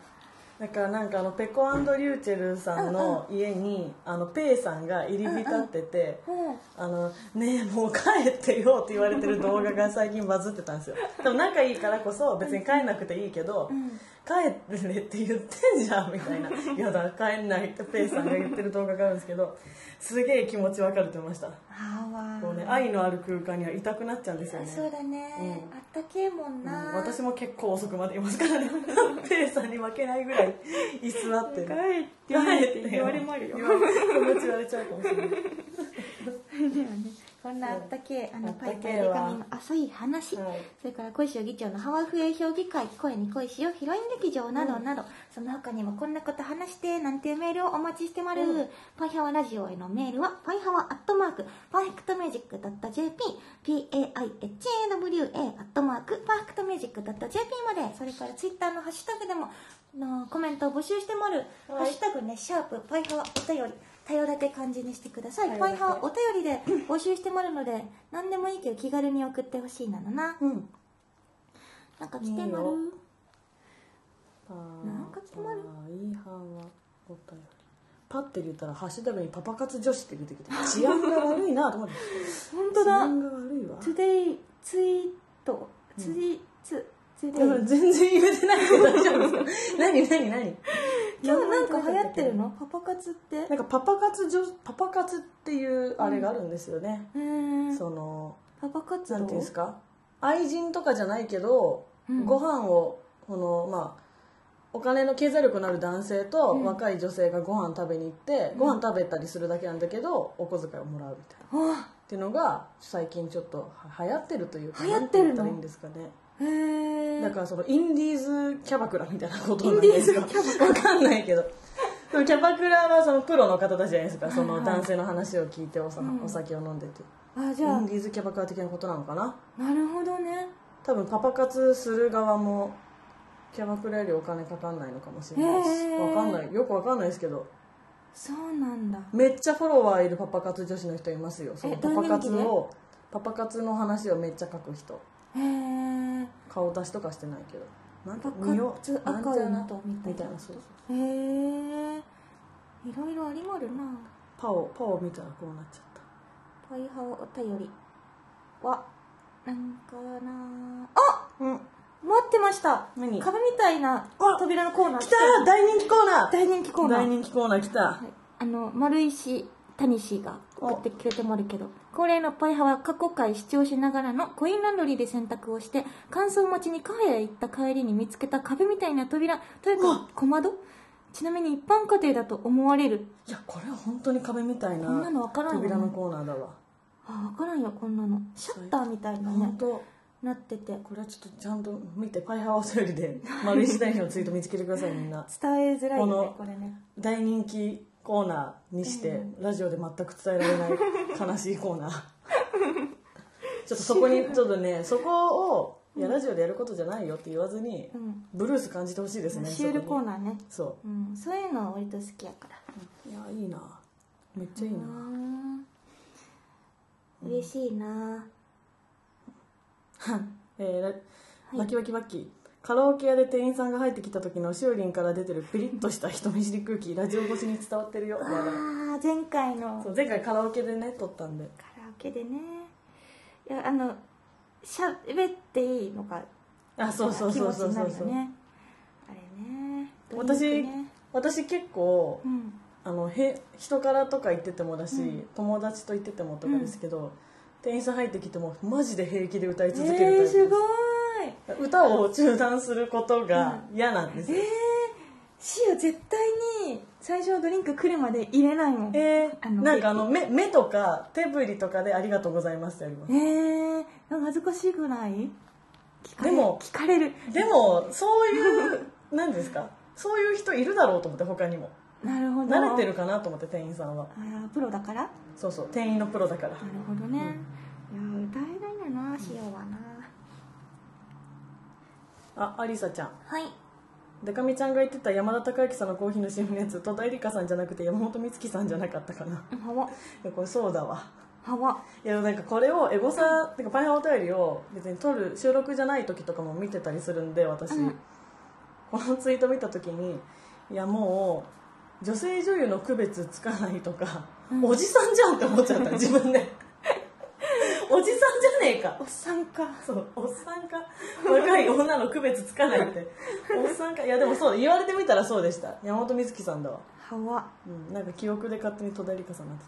Speaker 2: だからなんかあのペコリューチェルさんの家にあのペイさんが入り浸ってて
Speaker 1: うん
Speaker 2: あのねえもう帰ってよって言われてる動画が最近バズってたんです よでも仲いいからこそ別に帰んなくていいけど
Speaker 1: ん
Speaker 2: 帰ってねって言ってんじゃんみたいな「やだ帰んない」ってペイさんが言ってる動画があるんですけどすげえ気持ちわかると思いました
Speaker 1: あわ
Speaker 2: こうね愛のある空間にはいたくなっちゃうんですよ
Speaker 1: ー
Speaker 2: ね
Speaker 1: そうだね
Speaker 2: う
Speaker 1: あったけーもん
Speaker 2: うん
Speaker 1: な
Speaker 2: 私も結構遅くまでいますからね ペイさんに負けないぐらい居座ってる
Speaker 1: 帰って言われまるよ
Speaker 2: 言わ れ気持ち言われちゃうかもしれない
Speaker 1: そんなあったけーあの
Speaker 2: あった
Speaker 1: パ
Speaker 2: けー
Speaker 1: イパイ手紙の浅い話
Speaker 2: はい
Speaker 1: それから恋しを議長のハワフエ評議会声に恋しよヒロイン劇場などなど、その他にもこんなこと話してなんていうメールをお待ちしてまる、パイハワラジオへのメールはパイハワアットマークパーフェクトミュージック .jpPAIHAWA アットマークパーフェクトミュージック .jp までそれからツイッターのハッシュタグでもあのコメントを募集してまる、
Speaker 2: はい
Speaker 1: ハッシュタグねシャープパイハワお便り多様だけ感じにしてください
Speaker 2: 多様
Speaker 1: パイ
Speaker 2: だけ
Speaker 1: ハーお便りで募集してもらうので何でもいいけど気軽に送ってほしいなのな
Speaker 2: うん
Speaker 1: なんか来て
Speaker 2: いい
Speaker 1: まる
Speaker 2: よ
Speaker 1: なんか決まる
Speaker 2: いいははお便りパッて言ったらハッシュタグにパパ活女子って出てきて治安が悪いなと思って
Speaker 1: 本
Speaker 2: 治
Speaker 1: 当だ
Speaker 2: 安が悪いわ
Speaker 1: Today ツイートツイツツイ
Speaker 2: でも全然言えてないけど大丈夫ですか 何何何
Speaker 1: 今日なんか流行ってるのパパ活って
Speaker 2: なんかパパ活女パパ活っていうあれがあるんですよね、
Speaker 1: うーん
Speaker 2: その
Speaker 1: パパ活動
Speaker 2: なんていうんですか愛人とかじゃないけど、
Speaker 1: うん
Speaker 2: ご飯をこのまあお金の経済力のある男性と
Speaker 1: うん
Speaker 2: 若い女性がご飯食べに行って、
Speaker 1: ん
Speaker 2: ご飯食べたりするだけなんだけどお小遣いをもらうみたいなっ
Speaker 1: わあ
Speaker 2: ていうのが最近ちょっとは流行ってるというか
Speaker 1: 流行ってるの
Speaker 2: なん言ったらいいんですかね
Speaker 1: へえ
Speaker 2: だからそのインディーズキャバクラみたいなこと
Speaker 1: イ
Speaker 2: な
Speaker 1: ン
Speaker 2: ん
Speaker 1: ディ
Speaker 2: で
Speaker 1: ーズ
Speaker 2: す
Speaker 1: キ
Speaker 2: よ
Speaker 1: ャバ
Speaker 2: わかんないけどでもキャバクラはそのプロの方たちじゃないですかその男性の話を聞いておさ
Speaker 1: うん
Speaker 2: お酒を飲んでて
Speaker 1: あじ
Speaker 2: イ
Speaker 1: ゃ
Speaker 2: ンディーズキャバクラ的なことなのかな
Speaker 1: あなるほどね
Speaker 2: 多分パパ活する側もキャバクラよりお金かかんないのかもしれないし
Speaker 1: へー
Speaker 2: わかんないよくわかんないですけど
Speaker 1: そうなんだ
Speaker 2: めっちゃフォロワーいるパパ活女子の人いますよその
Speaker 1: え
Speaker 2: パパ
Speaker 1: 大人気
Speaker 2: 活
Speaker 1: で
Speaker 2: をパパ活の話をめっちゃ書く人
Speaker 1: へえ
Speaker 2: 顔出しとかしてないけどなんか
Speaker 1: パ
Speaker 2: 見よ
Speaker 1: パ活ア
Speaker 2: うなんち
Speaker 1: カウ
Speaker 2: ゃ
Speaker 1: ン
Speaker 2: な
Speaker 1: トみたい
Speaker 2: みたい
Speaker 1: な
Speaker 2: なそうそう
Speaker 1: へえいろいろありまるな
Speaker 2: パオパオ見たらこうなっちゃった
Speaker 1: パイハオお便りはなんかな
Speaker 2: うん
Speaker 1: あ待ってました
Speaker 2: 何
Speaker 1: 壁みたいな
Speaker 2: あ
Speaker 1: 扉のコーナー
Speaker 2: 来た大人気コーナー
Speaker 1: 大人気コーナー
Speaker 2: 大人気コーナー来た
Speaker 1: はいあの丸石谷氏が送ってくれてもあるけど恒例のパイハは過去回視聴しながらのコインランドリーで洗濯をして乾燥待ちにカフェへ行った帰りに見つけた壁みたいな扉というか小窓ちなみに一般家庭だと思われる
Speaker 2: いやこれは本当に壁みたい
Speaker 1: こんな
Speaker 2: な
Speaker 1: のわからんよね
Speaker 2: 扉のコーナーだわ
Speaker 1: あ分からんよこんなのシャッターみたいな
Speaker 2: 本
Speaker 1: ね
Speaker 2: 当
Speaker 1: なってて
Speaker 2: これはちょっとちゃんと見てパイハワーお便り で丸石大のツイート見つけてくださいみん な
Speaker 1: 伝えづらいよね
Speaker 2: この
Speaker 1: これね
Speaker 2: 大人気コーナーにして、ラジオで全く伝えられない悲しいコーナー ちょっとそこにちょっと ねそこをいやラジオでやることじゃないよって言わずに、
Speaker 1: うん
Speaker 2: ブルース感じてほしいですね
Speaker 1: シュールコー
Speaker 2: ー
Speaker 1: ナーね
Speaker 2: そ
Speaker 1: うんそういうのは割と好きやから
Speaker 2: ういやいいなめっちゃいいな、
Speaker 1: うん嬉しいな
Speaker 2: えーバキバキバキカラオケ屋で店員さんが入ってきた時のしおりんから出てるピリッとした人見知り空気ラジオ越しに伝わって るよ
Speaker 1: ああー前回の
Speaker 2: そう前回カラオケでね撮ったんで
Speaker 1: カラオケでねいやあのしゃべっていいのか
Speaker 2: あそうそう
Speaker 1: 気
Speaker 2: そう
Speaker 1: 持ち
Speaker 2: そう
Speaker 1: にな
Speaker 2: そう
Speaker 1: る
Speaker 2: そ
Speaker 1: よ
Speaker 2: う、
Speaker 1: ねあれね
Speaker 2: 私
Speaker 1: ドリンクね
Speaker 2: 私結構
Speaker 1: うん
Speaker 2: あのへ人からとか言っててもだ
Speaker 1: う
Speaker 2: し、
Speaker 1: ん
Speaker 2: 友達と言っててもとかですけど、店員さん入ってきてもマジで平気で歌い
Speaker 1: え
Speaker 2: 続けるタイプ
Speaker 1: ー、
Speaker 2: です
Speaker 1: すごい
Speaker 2: 歌を中断することが嫌なんです
Speaker 1: え
Speaker 2: よ、
Speaker 1: ー、シオ絶対に最初のドリンク来るまで入れないもんえ
Speaker 2: えー
Speaker 1: あの
Speaker 2: なんかあの目目とか手振りとかで「ありがとうございます」ってやります
Speaker 1: ー、なんか恥ずかしいぐらい聞かれ
Speaker 2: でも
Speaker 1: 聞かれる
Speaker 2: でもそういう何ですかそういう人いるだろうと思って他にも
Speaker 1: なるほど
Speaker 2: 慣れてるかなと思って店員さんは
Speaker 1: ああプロだからなる
Speaker 2: そうそう店員のプロだから
Speaker 1: ほどね、いやー歌えないんだなシオはな
Speaker 2: あありさちゃん
Speaker 1: はい
Speaker 2: でかみちゃんが言ってた山田孝之さんのコーヒーの CM のやつ戸田恵梨香さんじゃなくて山本美月さんじゃなかったかな
Speaker 1: ハワ
Speaker 2: いやこれそうだわ
Speaker 1: ハワ
Speaker 2: いやなんかこれをエゴサなんかパイハーお便りを別に撮る収録じゃない時とかも見てたりするんで私、
Speaker 1: うん
Speaker 2: このツイート見た時にいやもう女性女優の区別つかないとか、
Speaker 1: うん
Speaker 2: おじさんじゃんって思っちゃった自分でおじさんじゃねえか
Speaker 1: おっさんか
Speaker 2: そうおっさんか若い女の区別つかないっておっさんかいやでもそう言われてみたらそうでした山本美月さんだわ、
Speaker 1: ハワ
Speaker 2: うん、なんか記憶で勝手に戸田恵梨香さんになっ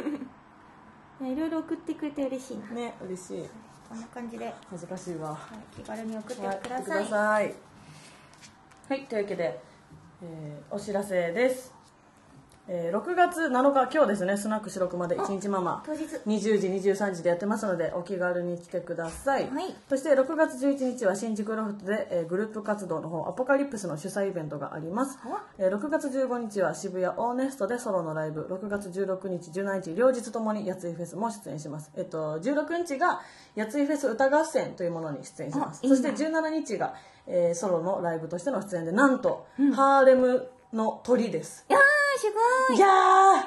Speaker 2: て
Speaker 1: いやいろいろ送ってくれて嬉しいな
Speaker 2: たね嬉しい
Speaker 1: こんな感じで、はい、
Speaker 2: 恥ずかしいわ
Speaker 1: 気軽に送って
Speaker 2: はい
Speaker 1: ください
Speaker 2: いはいというわけで、えーお知らせです、えー6月7日今日ですねスナック白熊で一日ママ
Speaker 1: 当日
Speaker 2: 20時23時でやってますのでお気軽に来てください、
Speaker 1: はい
Speaker 2: そして6月11日は新宿ロフトで、えーグループ活動の方アポカリプスの主催イベントがあります
Speaker 1: は、
Speaker 2: えー6月15日は渋谷オーネストでソロのライブ6月16日17日両日ともにやついフェスも出演します、えっと、16日がやついフェス歌合戦というものに出演します
Speaker 1: あいい
Speaker 2: そ
Speaker 1: な
Speaker 2: して17日が、えーソロのライブとしての出演でなんと、ハーレムの鳥です
Speaker 1: いやーすごい
Speaker 2: いや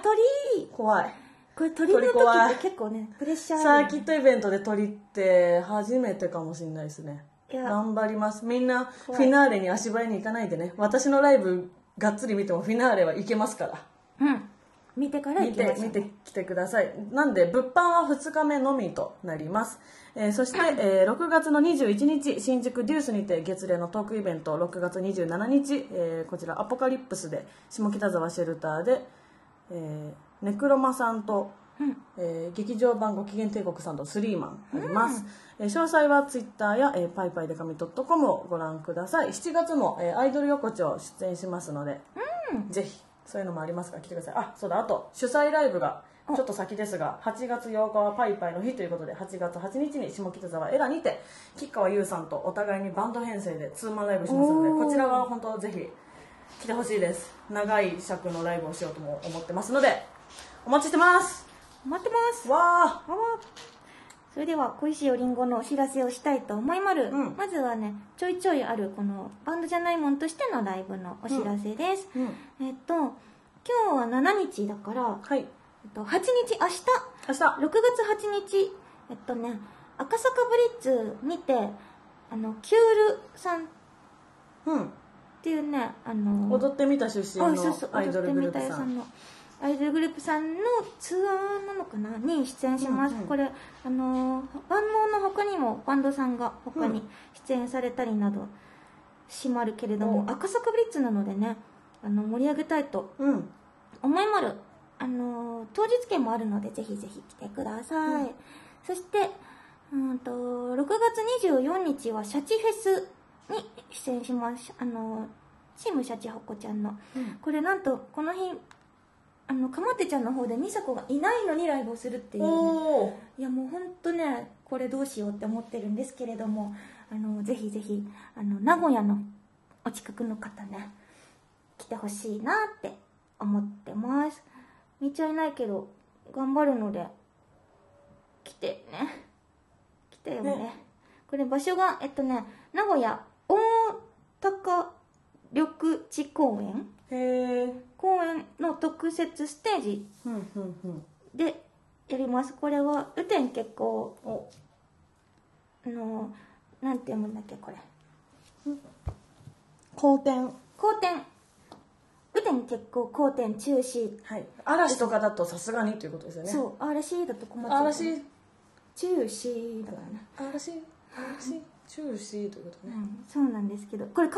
Speaker 1: 鳥
Speaker 2: ー怖い
Speaker 1: これ鳥の時
Speaker 2: 鳥怖
Speaker 1: っ
Speaker 2: い
Speaker 1: て結構ねプレッシャー
Speaker 2: サ
Speaker 1: あ
Speaker 2: ー
Speaker 1: る
Speaker 2: キットイベントで鳥って初めてかもしれないですね
Speaker 1: いや
Speaker 2: 頑張りますみんなフ
Speaker 1: 怖い
Speaker 2: ィナーレに足早に行かないでね私のライブがっつり見てもフィナーレは行けますから
Speaker 1: うん見てから行
Speaker 2: 見
Speaker 1: きま
Speaker 2: て
Speaker 1: しょう
Speaker 2: 見てきてくださいなんで物販は2日目のみとなります、えーそして、えー6月の21日新宿デュースにて月例のトークイベント6月27日、えーこちらアポカリプスで下北沢シェルターで、えーネクロマさんと、えー劇場版ご機嫌帝国さんとスリーマンあります、えー詳細はツイッターや、えー、パイパイでかみ .com をご覧ください7月も、えーアイドル横丁出演しますので、ぜひそういうのもありますから来てくださいあそうだあと主催ライブがちょっと先ですが8月8日はパイパイの日ということで8月8日に下北沢エラにて吉川優さんとお互いにバンド編成でツーマンライブしますので
Speaker 1: おー
Speaker 2: こちらは本当ぜひ来てほしいです長い尺のライブをしようとも思ってますのでお待ちしてます
Speaker 1: 待ってます
Speaker 2: わ
Speaker 1: あわそれでは小石よりんごのお知らせをしたいと思いまる、
Speaker 2: うん
Speaker 1: まずはねちょいちょいあるこのバンドじゃないもんとしてのライブのお知らせです、
Speaker 2: ー、
Speaker 1: えっと今日は7日だから、
Speaker 2: はい
Speaker 1: えっと、8日明日
Speaker 2: 明日
Speaker 1: 6月8日えっとね赤坂ブリッツにてあのキュールさんっ
Speaker 2: うん
Speaker 1: ていうねあの
Speaker 2: 踊ってみた出身
Speaker 1: あそう
Speaker 2: の
Speaker 1: そう
Speaker 2: アイドルグループさ
Speaker 1: 踊ってみたい
Speaker 2: ん
Speaker 1: のアイドルグループさんのツアーなのかなに出演します、
Speaker 2: うんうん
Speaker 1: これあのー万能の他にもバンドさんが他に出演されたりなどしまるけれども、
Speaker 2: お
Speaker 1: 赤坂ブリッツなのでねあの盛り上げたいと
Speaker 2: うん
Speaker 1: 思いまるあのー当日券もあるのでぜひぜひ来てください、
Speaker 2: うん
Speaker 1: そしてうんと6月24日はシャチフェスに出演しますあのーチームシャチホコちゃんの
Speaker 2: うん
Speaker 1: これなんとこの日あのかまってちゃんの方で美佐子がいないのにライブをするっていうね、
Speaker 2: おお
Speaker 1: いやもう本当ねこれどうしようって思ってるんですけれどもあのぜひぜひあの名古屋のお近くの方ね来てほしいなって思ってます見ちゃいないけど頑張るので来てね来てよね
Speaker 2: ね
Speaker 1: これ場所がえっとね名古屋大高緑地公園
Speaker 2: へえ
Speaker 1: 公園の特設ステージ
Speaker 2: うんうんうん
Speaker 1: でやりますこれは雨天結構
Speaker 2: お
Speaker 1: あのなんて読むんだっけこれ
Speaker 2: 好転
Speaker 1: 好天雨天結構好天中止、
Speaker 2: はい、嵐とかだとさすがにということですよね
Speaker 1: そう RC だと困っちゃう
Speaker 2: 嵐
Speaker 1: 中止だからね、
Speaker 2: 嵐嵐中止ということ
Speaker 1: う
Speaker 2: ね、
Speaker 1: ん、そうなんですけどこれ完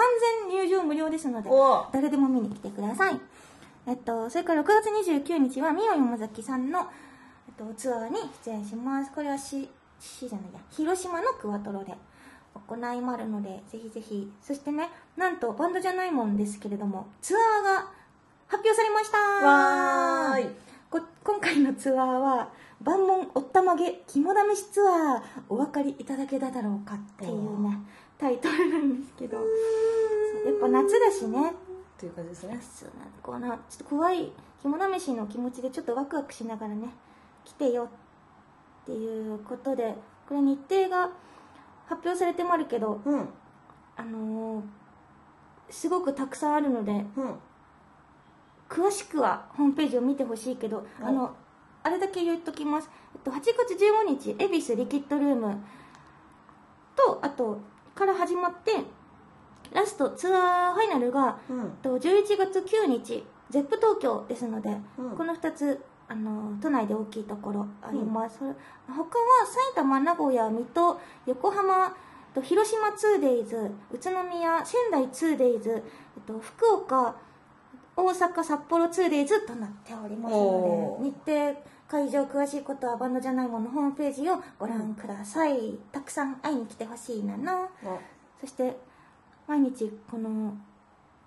Speaker 1: 全入場無料ですので
Speaker 2: おー
Speaker 1: 誰でも見に来てくださいえっとそれから6月29日はみよ山崎さんの、えっと、ツアーに出演しますこれはししじゃないや広島のクワトロで行いまるのでぜひぜひそしてねなんとバンドじゃないもんですけれどもツアーが発表されました
Speaker 2: わーい
Speaker 1: こ今回のツアーは「万門おったまげ肝試しツアーお分かりいただけただろうか」っていうねタイトルなんですけどそうやっぱ夏だしね
Speaker 2: っていう感じですね
Speaker 1: そうなんこうなちょっと怖い肝試しの気持ちでちょっとワクワクしながらね来てよっていうことでこれ日程が発表されてもあるけど
Speaker 2: うん
Speaker 1: あのーすごくたくさんあるので
Speaker 2: うん
Speaker 1: 詳しくはホームページを見てほしいけど
Speaker 2: お
Speaker 1: あのあれだけ言っときます、えっと、8月15日恵比寿リキッドルームとあとから始まってラストツアーファイナルが
Speaker 2: うん
Speaker 1: えっと11月9日 ZEP 東京ですので、
Speaker 2: うん
Speaker 1: この2つあの都内で大きいところあります、それ他は埼玉名古屋水戸横浜えっと広島 2days 宇都宮仙台 2days、えっと、福岡大阪札幌 2days となっておりますの
Speaker 2: おー
Speaker 1: で日程会場詳しいことはバンドじゃないものホームページをご覧ください、たくさん会いに来てほしいなの
Speaker 2: あ
Speaker 1: そして毎日この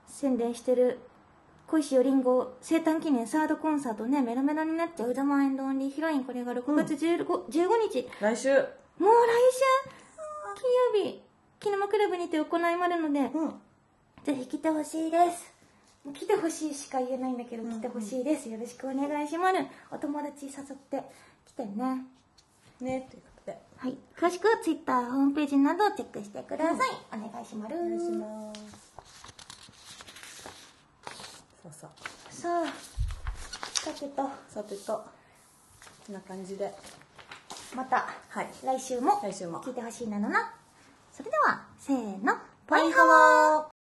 Speaker 1: 宣伝してる小石よりんご生誕記念サードコンサートねメロメロになっちゃう「ザマンドオンリーヒロイン」これが6月 15,、15日
Speaker 2: 来週う
Speaker 1: もう来週金曜日キネマクラブにて行いまるので、
Speaker 2: ん
Speaker 1: ぜひ来てほしいですもう来てほしいしか言えないんだけど
Speaker 2: んうん
Speaker 1: 来てほしいです、よろしくお願いしますお友達誘って来てね
Speaker 2: ねっていうことで
Speaker 1: はい詳しくは Twitter ホームページなどをチェックしてください、お願いしまる
Speaker 2: お願いします
Speaker 1: さあさてと
Speaker 2: さてとこんな感じで
Speaker 1: また
Speaker 2: はい
Speaker 1: 来週も
Speaker 2: 来週も
Speaker 1: 聞いてほしいなのなそれではせーの
Speaker 2: パイ
Speaker 1: パイハワー
Speaker 2: ハワー